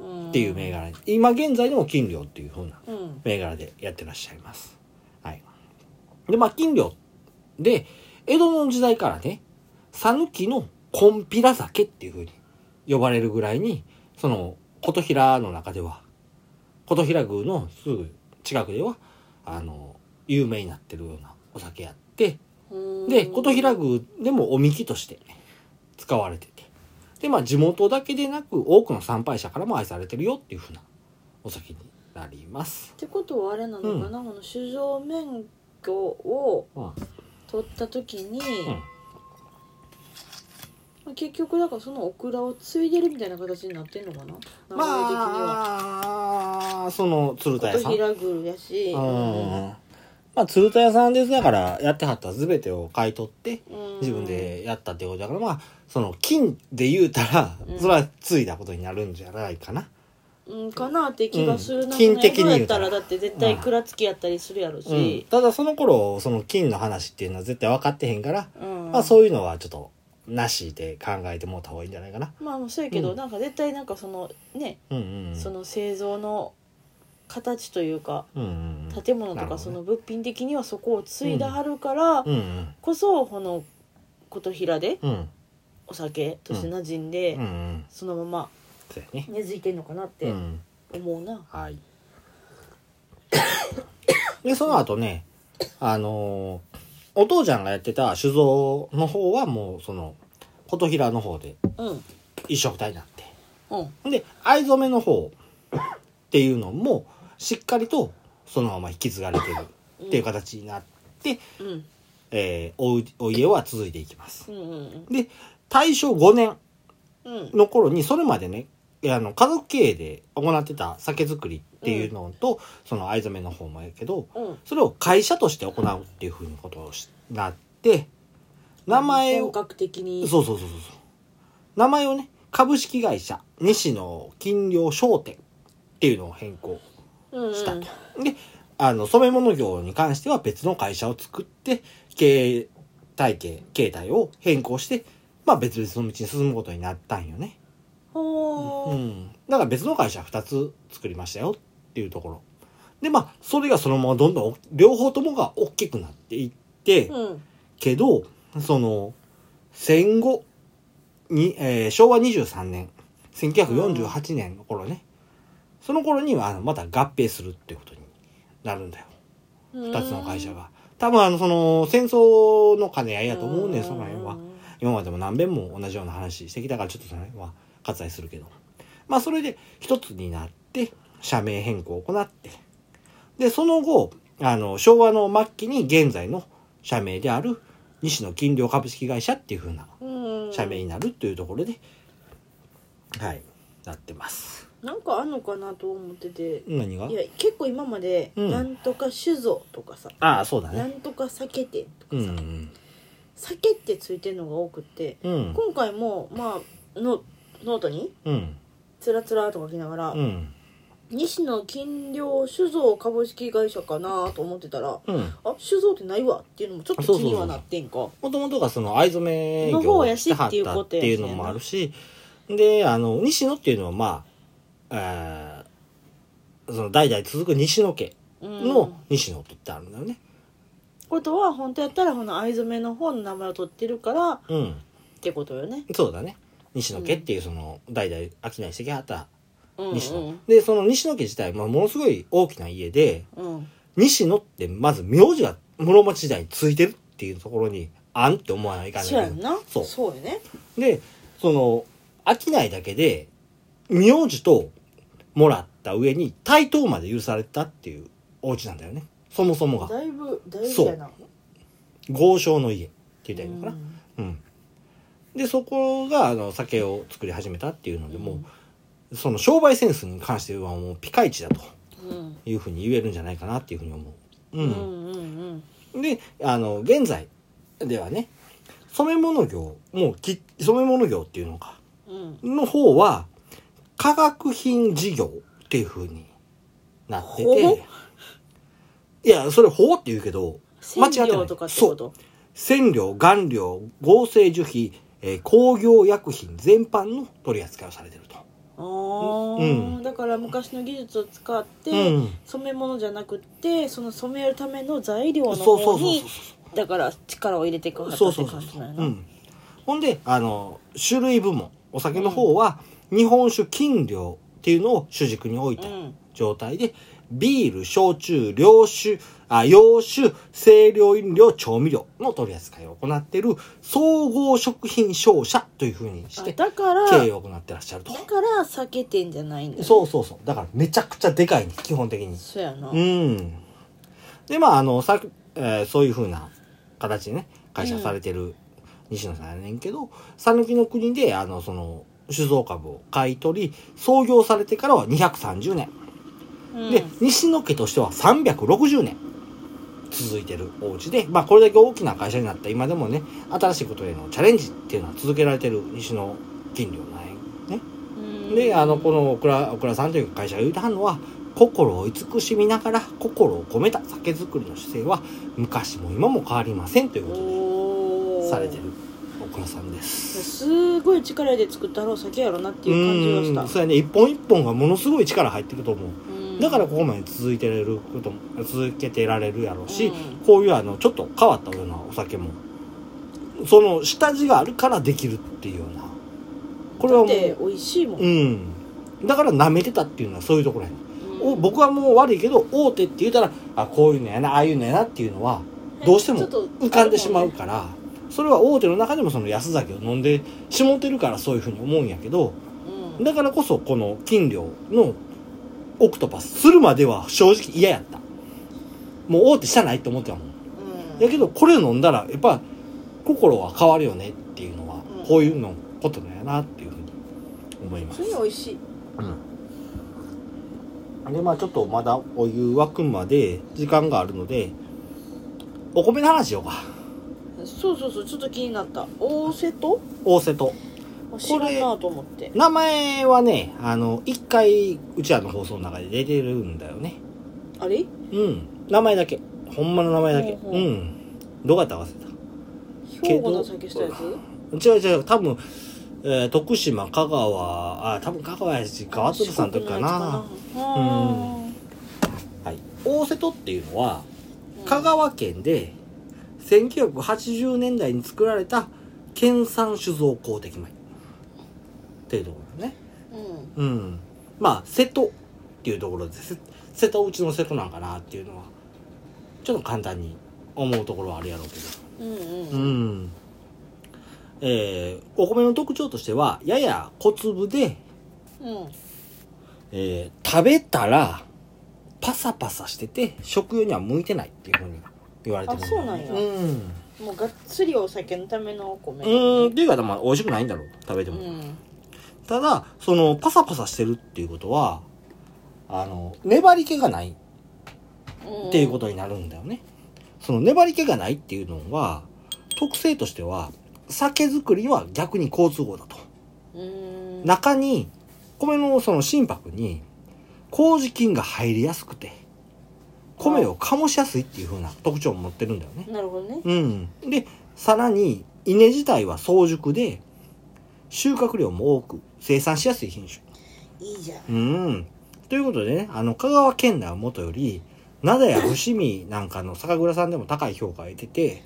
A: っていう銘柄に、今現在でも金漁っていう風な
B: うん
A: 銘柄でやってらっしゃいます。はい。で、まあ、金漁で、江戸の時代からね、讃岐のコンピラ酒っていう風に呼ばれるぐらいに、その、琴平の中では、琴平宮のすぐ近くでは、あの、有名になってるようなお酒やって、
B: うん
A: で、琴平宮でもおみきとして使われてて、で、まあ、地元だけでなく、多くの参拝者からも愛されてるよっていう風なお酒になります。
B: ってことはあれなのかな、この酒造免許を
A: うん
B: 取った時に、
A: ん
B: まあ結局だからそのオクラを継いでるみたいな形になってんのかな
A: ま
B: 名前的には
A: あその鶴田屋さん
B: 琴平宮やし
A: うんまあ鶴田屋さんですだからやってはった全てを買い取って
B: うん
A: 自分でやったってことだからまあその金で言うたら
B: うん
A: それはついだことになるんじゃないかな、
B: うんかなって気がするな、
A: うん
B: その
A: 金的に
B: 江戸
A: 言
B: や
A: う
B: った
A: たら
B: らだって絶対蔵付きやったりするやろ
A: う
B: し
A: ん、、ただその頃その金の話っていうのは絶対分かってへんから、
B: うん
A: まあそういうのはちょっとなしで考えてもうた方がいいんじゃないかな
B: まあまあそうやけど、
A: うん
B: なんか絶対なんかそのね、
A: うんうんうん
B: その製造の形というか
A: うんうんうん
B: 建物と
A: なる
B: か
A: ほ
B: そ
A: どね
B: の物品的にはそこを継いだはるから
A: うんうん
B: こそこの琴平で
A: うん
B: お酒として馴染んで、
A: うんうん
B: そのまま
A: そうやね
B: 根付いてんのかなっ
A: う
B: て
A: ん
B: 思うな、
A: はい でその後ねあのーお父ちゃんがやってた酒造の方はもうその琴平の方で
B: うん、うん
A: 一色体になってで藍染めの方っていうのもしっかりとそのまま引き継がれてるっていう形になって、
B: うん
A: えーおうお家は続いていきます
B: うんうん
A: で大正5年
B: うん
A: の頃にそれまでねあの家族経営で行ってた酒造りっていうのと、その藍染めの方もやけど
B: うん
A: それを会社として行うっていうふうにことをしなって名前を
B: 本格的に
A: そうそうそうそうそう。名前をね、株式会社西野金陵商店っていうのを変更
B: うんうん
A: したと。で、あの、染め物業に関しては別の会社を作って、経営体系、形態を変更して、まあ別々の道に進むことになったんよね。
B: ほ
A: う
B: ー
A: ん。だから別の会社2つ作りましたよっていうところ。で、まあ、それがそのままどんどん、両方ともが大きくなっていって、
B: うん
A: けどその戦後に、えー昭和23年1948年の頃ね、その頃にはあのまた合併するってことになるんだよ
B: 二
A: 2つの会社が多分あのその戦争の兼ね合い
B: い
A: やと思うねんその辺は今までも何遍も同じような話してきたからちょっとその辺は割愛するけどまあそれで一つになって社名変更を行ってでその後あの昭和の末期に現在の社名である西野金陵株式会社っていう風な
B: うん
A: 社名になるというところで、はいなってます
B: なんかあんのかなと思ってて
A: 何が
B: いや結構今まで「
A: うん
B: なんとか酒造」とかさ
A: ああそうだ
B: 「な
A: ね
B: んとか酒店」と
A: う
B: かさ
A: ん
B: 「酒」ってついてるのが多くって
A: うん
B: 今回もまあのノートに
A: うん
B: つらつらと書きながら
A: うん
B: 「西野金陵酒造株式会社」かなと思ってたら
A: うん
B: 「あ酒造ってないわ」っていうのもちょっと気にはなってんか
A: もともとがその藍染め業
B: の方
A: を
B: や
A: し
B: してて
A: はっ
B: っていう
A: たっ
B: こと
A: て
B: やし
A: いうのもあるし、で、あの、西野っていうのはまあ、えーその代々続く西野家
B: うん
A: の西野って言ってあるんだよね。
B: ことは本当やったらこの藍染めの方の名前を取ってるからっ
A: うん。
B: てことよね
A: そうだね。西野家っていうその代々商いしてきはった
B: うんう
A: 西野。
B: ん
A: で、その西野家自体、まあ、ものすごい大きな家で、
B: うん
A: 西野ってまず名字が室町時代についてるっていうところに、あんって思わないかんねんけ
B: そ
A: ど
B: うやんな
A: そう
B: そうやね
A: で、その、商いだけで、名字ともらった上に、対等まで許されたっていうお家なんだよね。そもそもが。
B: だいぶだいぶやな
A: 豪商の家って言ったらいいのか
B: う
A: な。
B: ん
A: うん。で、そこが、あの、酒を作り始めたっていうので、もう、その商売センスに関してはもうピカイチだと
B: うん
A: いうふうに言えるんじゃないかなっていうふうに思う。
B: う
A: うん。
B: うんんうん
A: で、あの、現在ではね、染め物業、もうき、染め物業っていうのか。
B: うん
A: の方は、化学品事業っていう風になって
B: ほう
A: て、いや、それ法って言うけど、間違って
B: 染
A: な
B: 料
A: い
B: とか。って
A: そ
B: こ
A: う。
B: と
A: 染料、顔料、合成樹皮、えー工業薬品全般の取り扱いをされてると。
B: あ
A: う
B: あだから昔の技術を使って
A: うん
B: 染め物じゃなくってその染めるための材料の
A: そうそ
B: 方
A: うそう
B: に
A: そう。
B: だから力を入れていくかった
A: そう
B: っ
A: そ
B: て
A: うそう
B: 感じなんや
A: う、
B: なん
A: ほんであの種類部門お酒の方は日本酒金量っていうのを主軸に置いた
B: うん
A: 状態で、ビール焼酎洋酒あ洋酒清涼飲料調味料の取り扱いを行っている総合食品商社というふうにして
B: あだから
A: 経営を行ってらっしゃると
B: だから避けてんじゃないんだよ
A: そうそうそうだからめちゃくちゃでかいね基本的に
B: そうやな
A: うん。で、まあ、あの、さ、えーそういうふうな形でね、会社されてる西野さんやねんけど、讃岐の国で、あの、その、酒造株を買い取り、創業されてからは230年。
B: うん
A: で、西野家としては360年続いてるお家で、まあこれだけ大きな会社になった今でもね、新しいことへのチャレンジっていうのは続けられてる西野金領なんやね。
B: うん
A: であのこのオクラオクラさんという会社が言うてはんのは心を慈しみながら心を込めた酒造りの姿勢は昔も今も変わりませんというこ
B: お
A: と
B: ー
A: でされてるオクラさんです。
B: すごい力で作ったろう酒やろなっていう感じ
A: う
B: が
A: ん
B: し
A: そうやね一本一本がものすごい力入ってると思う。
B: たうん
A: だからここまで続いてれることも続けてられるやろうし、
B: うん
A: こういうあのちょっと変わったようなお酒もその下地があるからできるっていうようなこれはもう
B: だって美味しいもん、
A: うんだから舐めてたっていうのはそういうところやね
B: うん
A: お僕はもう悪いけど大手って言うたらあこういうのやなああいうのやなっていうのはどうしても
B: ちょっと
A: 浮かんでしまうからそれは大手の中でもその安酒を飲んでしもてるからそういうふうに思うんやけど
B: うん
A: だからこそこの金魚のオクトパスするまでは正直嫌やったもう大手したないと思ってたもん
B: うん
A: やけどこれ飲んだらやっぱ心は変わるよねっていうのは
B: うん
A: こういうのことなんやなっていうふうに思います
B: それに美味しい
A: うん、でまあちょっとまだお湯沸くまで時間があるのでお米の話しようか
B: そうそうそうちょっと気になった大瀬戸
A: 大瀬戸
B: 知らんなと思って
A: 名前はねあの一回うちらの放送の中で出てるんだよね
B: あれ
A: うん名前だけほんまの名前だけう
B: ほうほうん
A: どうやって合わせた
B: 兵庫の酒したやつ
A: 違う違う多分、えー徳島香川あ多分香川やし川鶴さんの時かな
B: 四国のやつかなうん
A: はい、大瀬戸っていうのは香川県で1980年代に作られた県産酒造公的米っていうところだね
B: うん
A: うんまあ瀬戸っていうところでせ瀬戸内の瀬戸なんかなっていうのはちょっと簡単に思うところはあるやろうけど
B: うんうんう
A: うんんえーお米の特徴としてはやや小粒で、
B: うん
A: えー食べたらパサパサしてて食用には向いてないっていうふうに言われてるだよね
B: あそうなん
A: うん
B: もうがっつりお酒のためのお米
A: うーん、っていうか、まあ、美味しくないんだろう、食べて
B: う
A: も。
B: ん
A: ただ、その、パサパサしてるっていうことは、あの、粘り気がない
B: うん
A: っていうことになるんだよね。その、粘り気がないっていうのは、特性としては、酒造りには逆に好都合だと。
B: うん
A: 中に、米のその心拍に、麹菌が入りやすくて、米を醸しやすいっていう風な特徴を持ってるんだよね。
B: なるほどね
A: うん。で、さらに、稲自体は早熟で、収穫量も多く、生産しやすい品種。
B: いいじゃん
A: うん。ということでね、あの、香川県内はもとより、灘や伏見なんかの酒蔵さんでも高い評価を得てて、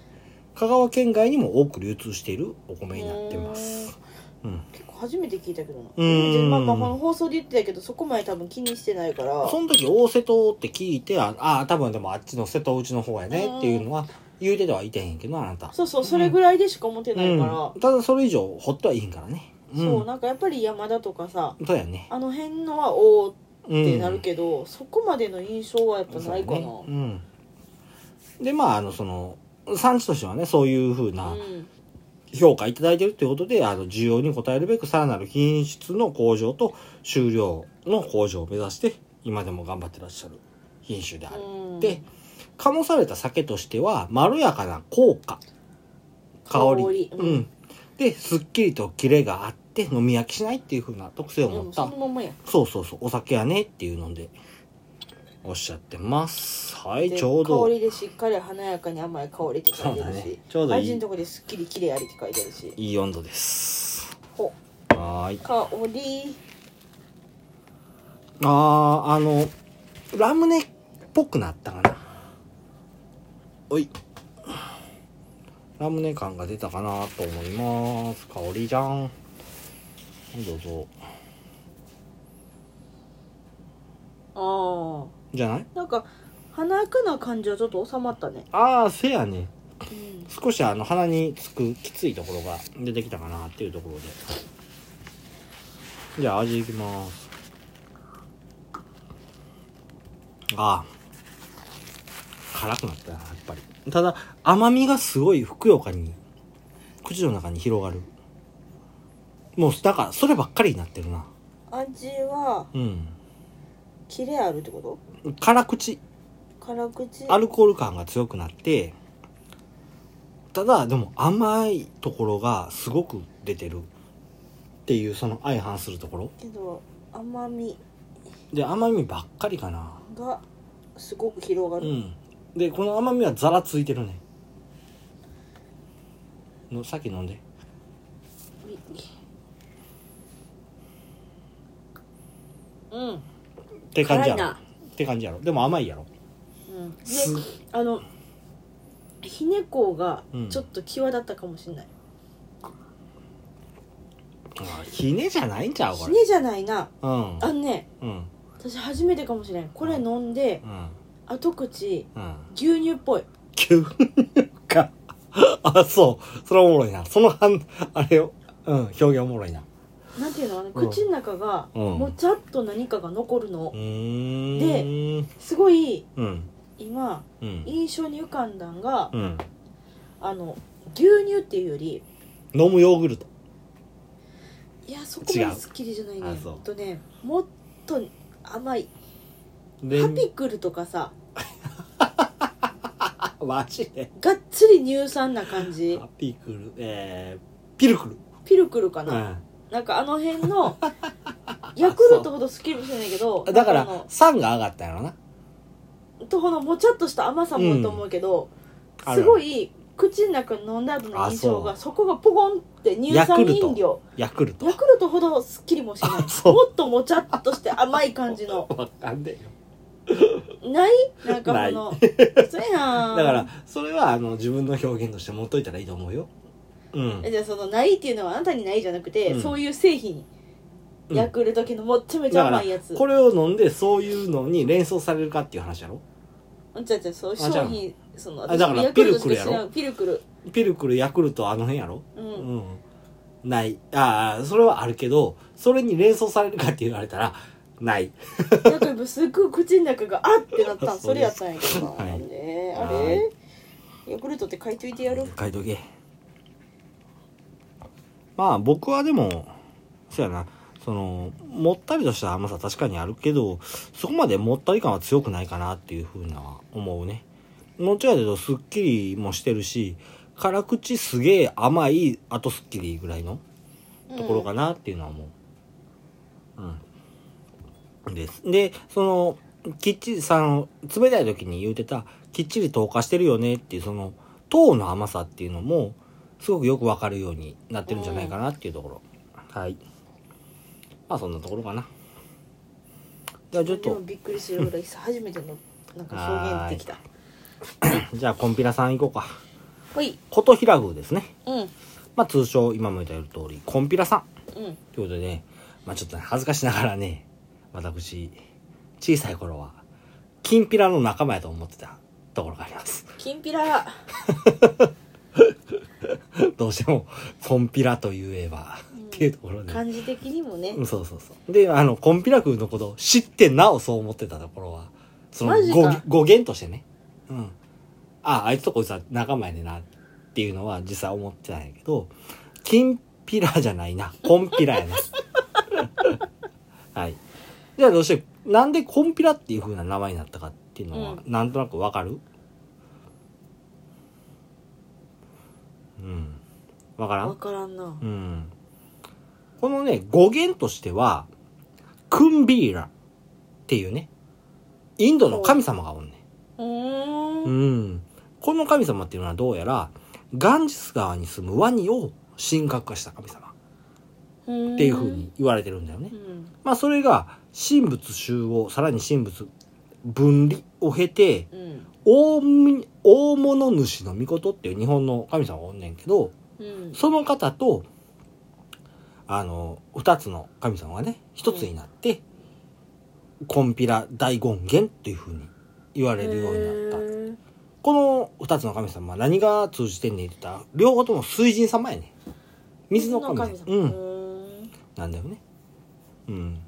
A: 香川県外にも多く流通しているお米になってます。うん。
B: 結構初めて聞いたけどな
A: うん
B: でまあまあこの放送で言ってたけどそこまで多分気にしてないから
A: その時、大瀬戸って聞いて、ああ、多分でもあっちの瀬戸内の方やねっていうのは、言うててはいてへんけど、あなた。
B: そうそうそれぐらいでしか思ってないから
A: うん、ただそれ以上、ほっとはいいんからね。
B: そうなんかやっぱり山田とかさ
A: そうやね。
B: あの辺のはおーっ
A: うん
B: てなるけど、そこまでの印象はやっぱないかな
A: そうねうん、でまああのその産地としてはねそういうふうな
B: うん
A: 評価いただいてるということで、あの需要に応えるべくさらなる品質の向上と収量の向上を目指して今でも頑張ってらっしゃる品種である。
B: うん
A: で醸された酒としてはまろやかな効果香り
B: 香り
A: う
B: うんん
A: ですっきりとキレがあって飲み飽きしないっていうふうな特性を持
B: う
A: っ
B: ん
A: た、
B: そのままや
A: そうそうそう、お酒やねっていうので、おっしゃってます。はい、
B: で
A: ちょうど
B: 香。りでしっかり華やかに甘い香りって書
A: そ
B: いて
A: う
B: る
A: だ
B: し、
A: ねちょうどいい
B: 味のとこですっきりきれいありって書いてあるし
A: いい温度です。
B: ほ
A: はーい。
B: 香り
A: あー、あの、ラムネっぽくなったかな。おい。ラムネ感が出たかなと思います。香りじゃん。どうぞ。
B: あ
A: じゃない
B: あなんか華やかな感じはちょっと収まったね
A: あー、せやね。
B: うん
A: 少しあの鼻につくきついところが出てきたかなっていうところでじゃあ味いきますああ辛くなったなやっぱりただ甘みがすごいふくよかに口の中に広がるもうだからそればっかりになってるな
B: 味は
A: うん
B: キレあるってこと
A: 辛口
B: 辛口
A: アルコール感が強くなってただでも甘いところがすごく出てるっていうその相反するところ
B: けど甘み
A: で甘みばっかりかな
B: がすごく広が
A: う
B: る、
A: んでこの甘みはザラついてるねのさっき飲んで
B: うん
A: って感じやろ
B: 辛いな
A: って感じやろでも甘いやろ
B: うん、ですあのひねこが
A: うん
B: ちょっと際立ったかもしれない、
A: あひねじゃないんちゃうこ
B: ひ
A: れ
B: ねじゃないな
A: うん
B: あのね
A: うん
B: 私初めてかもしれんこれ飲んで
A: うん
B: 後口
A: うん
B: 牛乳っぽい
A: 急かあそうそれはおもろいなその反あれよ、うん、表現おもろいな
B: なんていうのあの
A: うん
B: 口の中が
A: うん
B: もちゃっと何かが残るの
A: うーん
B: すごい
A: うん
B: 今
A: うん
B: 印象に浮かんだんが
A: うん
B: あの牛乳っていうより
A: 飲むヨーグルト
B: いやそこまでスッキリじゃないね
A: 違うあ
B: え
A: そう
B: っとねもっと甘い
A: で
B: ハピクルとかさ
A: あマジで
B: がっつり乳酸な感じ
A: ハピクルえー、ピルクル
B: ピルクルか
A: う
B: な、
A: ん
B: なんかあの 辺のヤクルトほどスッキリしてないけど
A: だか
B: なん
A: ら
B: あ
A: 酸が上がったんやろな
B: のとこのもちゃっとした甘さもあると思うけど、
A: うん
B: すごい口の中に飲んだ後の印象が
A: あ
B: そこがポコンって乳酸飲料
A: ヤクルト
B: ヤクルトほどスッキリもしない
A: あそう
B: もっともちゃっとして甘い感 じの
A: わかんねえよ
B: ないなんかこのそうやん
A: だからそれはあの自分の表現として持っといたらいいと思うようん
B: えじゃあそのないっていうのはあなたにないじゃなくて、
A: うん
B: そういう製品
A: うん
B: ヤクルト系のもっちゃめち
A: だ
B: ゃ
A: から
B: 甘いやつ
A: これを飲んでそういうのに連想されるかっていう話やろ
B: じゃあじゃあそう
A: あじゃあ
B: 商品その
A: あだから
B: ヤクルトし
A: ピルクルや
B: か
A: ろ
B: 知らんピルクル
A: ピルクルヤクルトあの辺やろ
B: うん
A: うん、ないああそれはあるけどそれに連想されるかって言われたらない
B: なんか今すっごい口の中があってなったんそ
A: そう
B: れ
A: で
B: やっ
A: す
B: たんやけどな、
A: はい
B: ねあ
A: は
B: れヤクルトって買いといてやる
A: 書いとけまあ僕はでもそうやなそのもったりとした甘さ確かにあるけどそこまでもったり感は強くないかなっていうふうなは思うねもちろんだけどすっきりもしてるし辛口すげえ甘いあとすっきりぐらいのところかなっていうのは思う。うん。です。で、その、きっちり、その、冷たい時に言うてた、きっちり糖化してるよねっていう、その、糖の甘さっていうのも、すごくよくわかるようになってるんじゃないかなっていうところ。はい。まあそんなところかな。じゃあちょっ
B: でも
A: と、
B: びっくりするぐらいさ初めてのなんか表現できた
A: じゃあコンピラさん行こうか。
B: ほい
A: 琴平宮ですね。
B: うん
A: まあ通称、今も言ったような通り、コンピラさん。
B: うん
A: ということでね、まあちょっとね、恥ずかしながらね、私、小さい頃は、きんぴらの仲間やと思ってたところがあります。
B: きんぴら
A: どうしても、コンピラと言えば、っていうところで。
B: 漢字的にもね
A: うんそうそうそう。で、あの、コンピラ空のことを知ってなおそう思ってたところは、その
B: マジか
A: 語源語源としてね。うん。あ、あいつとこいつは仲間やねんなっていうのは実際思ってたんやけど、きんぴらじゃないな。コンピラやな。 はい。じゃあどうして、なんでコンピラっていう風な名前になったかっていうのは、なんとなくわかるうん。わからん
B: わからんな
A: うん。このね、語源としては、クンビーラっていうね、インドの神様がおんね
B: うー
A: ん。
B: ん
A: うん。この神様っていうのはどうやら、ガンジス川に住むワニを神格化した神様っていう風に言われてるんだよね
B: う。ん
A: まあそれが、神仏集合、さらに神仏分離を経て、
B: うん
A: 大み大物主の御事っていう日本の神様がおんねんけど、
B: うん
A: その方と、あの、二つの神様がね、一つになって、コンピラ大権現っていう風に言われるようになった。
B: へー
A: この二つの神様は何が通じてんねんって言ったら、両方とも水神様やね。水の神
B: 水
A: 様。
B: の
A: う
B: 神
A: ん。
B: 様
A: なんだよね。うん。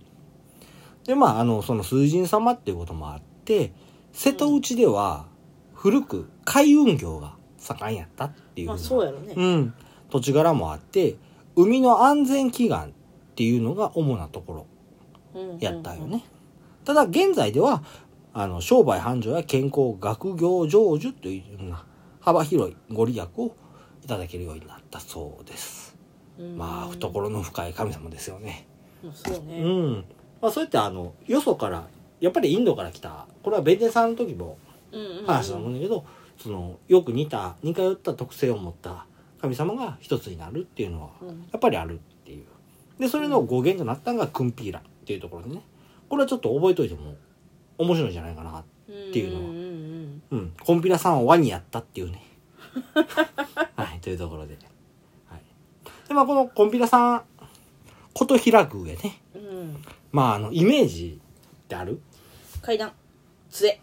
A: で、まあ、あの、その水神様っていうこともあって、瀬戸内では、古く海運業が盛んやったっていううんふうな
B: まあそうやろね
A: うん。土地柄もあって海の安全祈願っていうのが主なところやったよね、。ただ現在ではあの商売繁盛や健康学業成就というような幅広いご利益をいただけるようになったそうですまあ懐の深い神様ですよね
B: うん。そう
A: う
B: ね。
A: ん、まあ、そうやってあのよそからやっぱりインドから来たこれはベンデさんの時も
B: うんうんうん
A: 話だと思うんだけど、そのよく似た似通った特性を持った神様が一つになるっていうのは
B: うん
A: やっぱりあるっていうでそれの語源となったのがクンピーラっていうところでねこれはちょっと覚えといても面白いんじゃないかなっていうのは
B: んん
A: うんコンピラさんを輪にやったっていう ねはいというところで、はい、でまあこのコンピラさんこと開く上ね
B: うんうんうん
A: まああのイメージってある
B: 階段 杖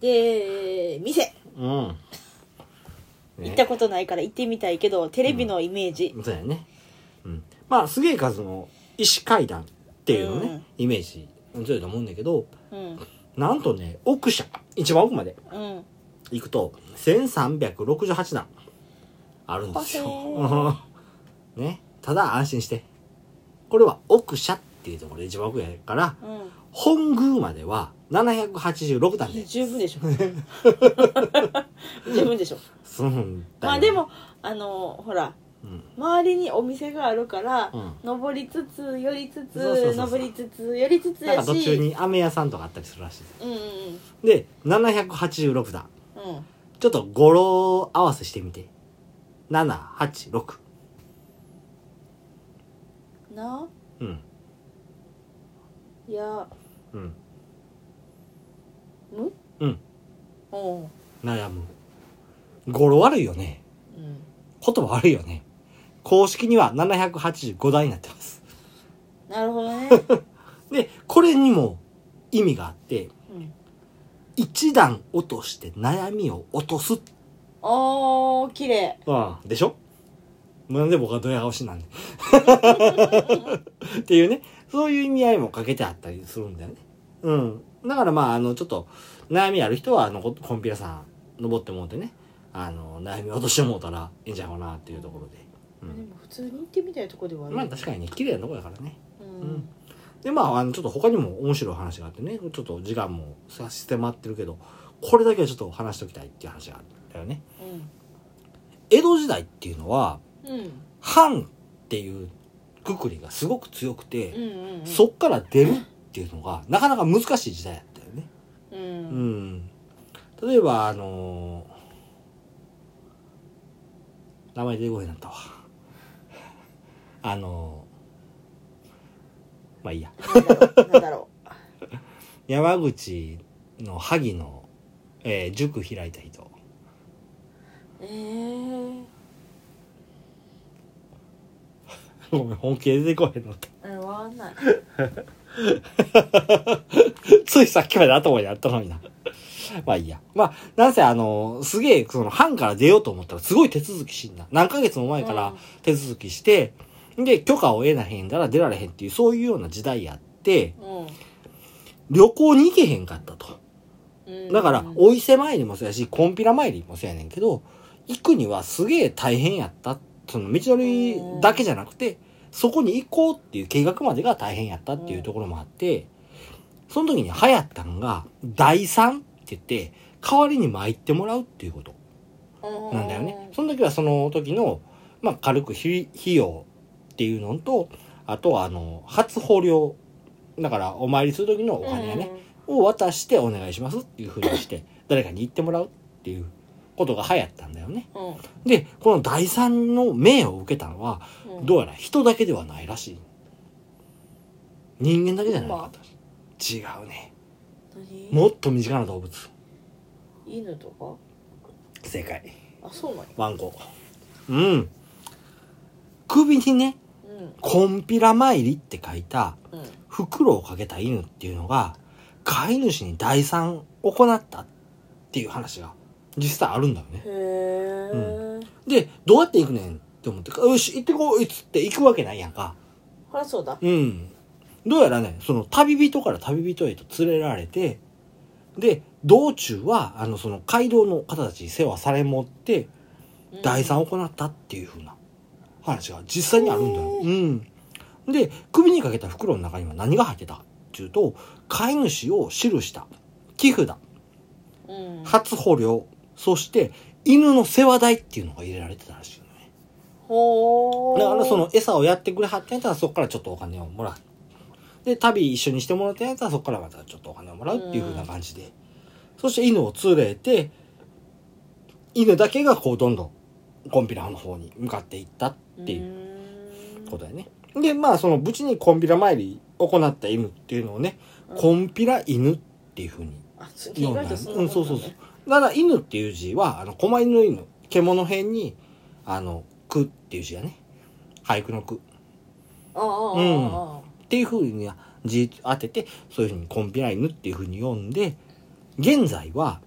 B: で店
A: うん、
B: 行
A: ね
B: ったことないから行ってみたいけどテレビのイメージ、
A: そうやね。うん。まあ、すげえ数の石階段っていうのね、
B: うん
A: イメージ強いと思うんだけど、
B: うん
A: なんとね、奥者、一番奥まで
B: うん
A: 行くと、1368段あるんですよ。
B: ほ
A: ね。ただ安心して。これは奥者っていうところで一番奥やから、
B: うん
A: 本宮までは786段で
B: 十分で しょ十分でしょ
A: 済んだよ
B: まあで、もあのほら
A: うん。
B: 周りにお店があるから、
A: うん
B: 登りつつ寄りつつ
A: そうそうそうそう
B: 登りつつ寄りつつ
A: なん
B: や
A: か
B: し
A: 途中に飴屋さんとかあったりするらしいです。
B: うんうん
A: で、786段。
B: うんうん
A: ちょっと語呂合わせしてみて。7、8、6。
B: な
A: うん。
B: や
A: うん。
B: む
A: うん。
B: おう
A: 悩む。語呂悪いよね。
B: うん
A: 言葉悪いよね。公式には785段になってます。
B: なる ほどね、
A: で、これにも意味があって、
B: うん、
A: 一段落として悩みを落とす。
B: おー綺麗
A: ああ、でしょなんで僕はドヤ顔しなんで。 っていうね、そういう意味合いもかけてあったりするんだよね。うん。だからまあ、あの、ちょっと、悩みある人は、あの、こコンピラさん、登ってもうてね、あの、悩み落としてもうたらいいんじゃないかなっていうところで。う
B: で
A: ん。
B: も普通に行ってみたいとこではある
A: まあ、確かにね、綺麗なとこだからね。
B: うん
A: うんで、まあ、あの、ちょっと他にも面白い話があってね、ちょっと時間も差し迫ってるけど、これだけはちょっと話しておきたいっていう話があったよね。江戸時代っていうのは、
B: うんうん
A: 藩っていうくくりがすごく強く
B: う
A: て、
B: んうんうん
A: そっから出るっていうのがなかなか難しい時代だったよね。
B: う
A: うんん。例えば、あのー名前出てこへんなったわ。あのーまあいいや。
B: なんだろうなんだろ
A: 山口の萩の、えー塾開いた人。
B: うえー
A: ごめん、本気で出てこへんのった。
B: うんわかんない
A: ついさっきまで頭にあったのに な。まあいいや。まあ、なんせあの、すげえ、その、藩から出ようと思ったら、すごい手続きしんな。何ヶ月も前から手続きして、で、許可を得なへんだら出られへんっていう、そういうような時代やって、
B: うん
A: 旅行に行けへんかったと。
B: うん
A: だから
B: う、ん
A: お伊勢参りもそうやし、コンピラ参りもそうやねんけど、行くにはすげえ大変やった。その、道のりだけじゃなくて、そこに行こうっていう計画までが大変やったっていうところもあって、その時に流行ったのが、第三って言って、代わりに参ってもらうっていうことなんだよね。その時はその時の、まあ、軽く費費用っていうのと、あとはあの、初法料。だから、お参りする時の
B: う
A: お
B: ん
A: 金やね。を渡してお願いしますっていうふうにして、誰かに言ってもらうっていうことが流行ったんだよね。
B: うんうん
A: で、この第三の命を受けたのは、
B: うん
A: どうやら人だけではないらしい。人間だけじゃないかったらしい。違うね。
B: 何
A: もっと身近な動物。
B: 犬とか
A: 正解。
B: あそうなんや
A: ワンコ。うん。首にね、
B: うん
A: コンピラ参りって書いた
B: うん
A: 袋をかけた犬っていうのが、飼い主に第三を行ったっていう話が実際あるんだよね
B: へ。え
A: うで、どうやって行くねんって思って、よし、行ってこいっつって行くわけないやんか。
B: ほらそうだ
A: うん。どうやらね、その旅人から旅人へと連れられて、で、道中は、あの、その街道の方たちに世話されもって、
B: うん
A: 第3を行ったっていうふうな話が実際にあるんだよ。うん。で、首にかけた袋の中には何が入ってたっていうと、飼い主を記した木札、
B: うん
A: 初捕虜、そして犬の世話代っていうのが入れられてたらしいのね。
B: ほー
A: だからその餌をやってくれはったんやったらそこからちょっとお金をもらう。で、旅一緒にしてもらったんやったらそこからまたちょっとお金をもらうっていう風な感じで。そして犬を連れて、犬だけがこうどんどんコンピラの方に向かっていったっていう
B: う
A: ことだよね。で、まあその無事にコンピラ参り行った犬っていうのをね、
B: うん
A: コンピラ犬っていう風に
B: あそう意
A: 読んだ
B: 外
A: ん
B: と
A: です
B: そ
A: うんん、
B: な
A: そうんそう
B: もなんだ
A: そう
B: ね。
A: だから犬っていう字は、あの、狛犬の犬、獣編に、あの、句っていう字やね。俳句の句。
B: ああああああ
A: っていうふうに字当ててそういうふうにコンピライヌっていうふうに読んで現在は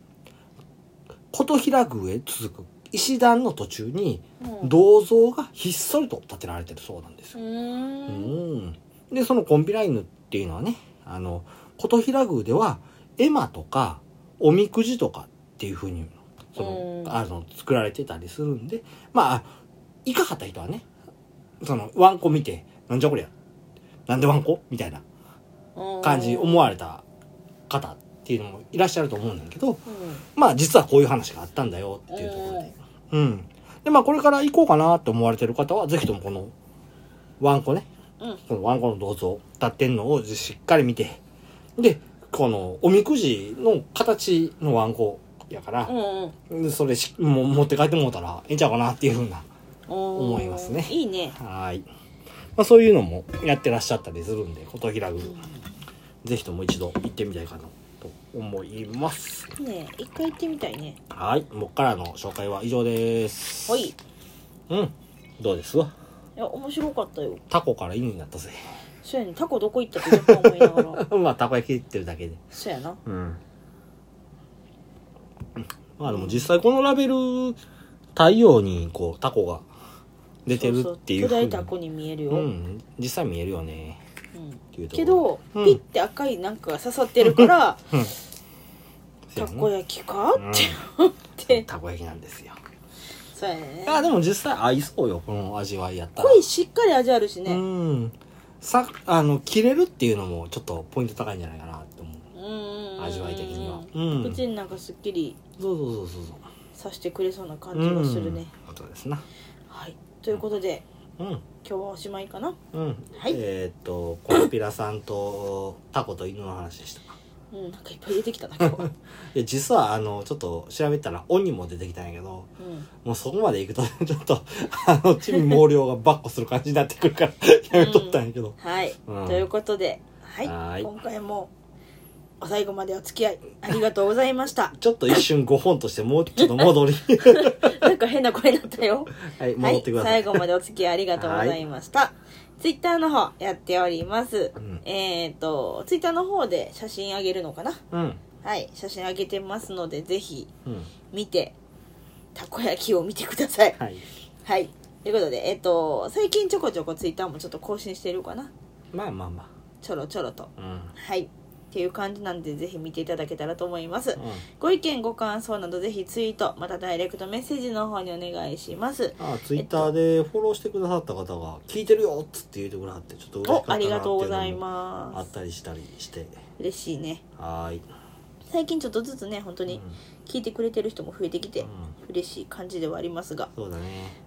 A: 琴平宮へ続く石段の途中に
B: うん
A: 銅像がひっそりと建てられてるそうなんです
B: う
A: よ。う
B: ーん
A: ん、でそのコンピライヌっていうのはねあの琴平宮では絵馬とかおみくじとかっていうふうにその
B: うん
A: あの作られてたりするんでまあいかはった人はねそのワンコ見て「なんじゃこりゃなんでワンコ?」みたいな感じ思われた方っていうのもいらっしゃると思うんだけど
B: う
A: まあ実はこういう話があったんだよっていうところでうんでまあこれから行こうかなって思われてる方はぜひともこのワンコね
B: んうん
A: このワンコの銅像立ってんのをしっかり見てでこのおみくじの形のワンコやから
B: う、んうん
A: それしもう持って帰ってもうたらええんちゃうかなっていうふうな
B: 思
A: いますね
B: いいね
A: はい、まあ、そういうのもやってらっしゃったりするんで琴平宮ぜひとも一度行ってみたいかなと思います。
B: ねえ一回行ってみたいね
A: はい。僕からの紹介は以上です。
B: はいい。
A: うん。どうですわ
B: や面白かったよ
A: タコから犬になったぜ。
B: そうやねタコどこ行ったって若干思いながら
A: まあ、タコ焼きってるだけで。
B: そうやな
A: うん。まあでも実際このラベル、太陽にこう、タコが出てるっていう風
B: そそ巨大
A: に
B: タコに見えるよ、
A: うん。実際見えるよね。
B: うん
A: っていうとこ
B: け
A: ろう
B: ど、
A: ん
B: ピッて赤いなんかが刺さってるから
A: うん
B: たこ焼きか
A: うん
B: って思って
A: たこ焼きなんですよ。
B: そうやね
A: いや、でも実際合いそうよ、この味わいやったら。
B: 濃いしっかり味あるし
A: う
B: ね
A: んさあの切れるっていうのもちょっとポイント高いんじゃないかなって思う
B: うんうんうん
A: 味わい的にはうん
B: 口になんかすっきり
A: そうそうそうそうそう
B: さしてくれそうな感じがするね、
A: うんそうですな
B: はいということで
A: うん
B: 今日はおしまいかな
A: うん、
B: はい
A: えーっとコンピラさんとタコと犬の話でした
B: うんなんかいっぱい出てきたな今 日は、
A: いや実はあのちょっと調べたら鬼も出てきたんやけど
B: うん
A: もうそこまで行くと ちょっとあの地味猛量がばっこする感じになってくるからやめとったんやけど、
B: はい、
A: うん
B: ということで、はい、
A: はーい
B: 今回もお最後までお付き合いありがとうございました
A: ちょっと一瞬5本としてもうちょっと戻り
B: なんか変な声になったよ
A: はい戻ってくださ、
B: はいい、最後までお付き合いありがとうございました、 ツイッターの方やっております、
A: うん
B: えっ、とツイッターの方で写真あげるのかな
A: うん
B: はい写真あげてますのでぜひ
A: うん
B: 見てたこ焼きを見てください
A: はい
B: はいということでえっ、と最近ちょこちょこツイッターもちょっと更新してるかな
A: まあまあま
B: ちょろちょろと
A: あうん
B: はいっていう感じなんでぜひ見ていただけたらと思います
A: うん
B: ご意見ご感想などぜひツイートまたダイレクトメッセージの方にお願いします
A: あツイッターでフォローしてくださった方が「聞いてるよ」っつって言ってくださってちょっと嬉しかっ
B: お
A: たな
B: あ
A: ってい
B: り
A: う
B: がとうござい
A: のもあ
B: ま
A: っ
B: す
A: たりしたりして
B: 嬉しいね
A: はーい
B: 最近ちょっとずつね本当
A: うん
B: に聞いてくれてる人も増えてき
A: う
B: て
A: ん
B: 嬉しい感じではありますが
A: そうだね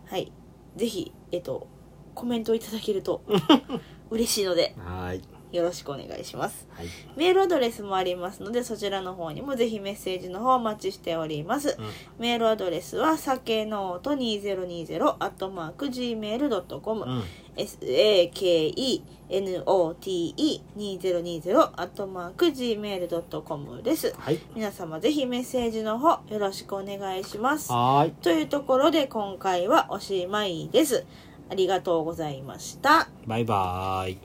B: はいぜひえっとコメントをいただけると嬉しいので
A: はーい
B: よろしくお願いします
A: はい
B: メールアドレスもありますのでそちらの方にもぜひメッセージの方お待ちしておりますメールアドレスは酒の音2020アットマーク Gmail.com、
A: うんうん
B: sakenote2020 アットマーク Gmail.com です
A: はい
B: 皆様ぜひメッセージの方よろしくお願いします
A: はーい
B: というところで今回はおしまいですありがとうございました
A: バイバーイ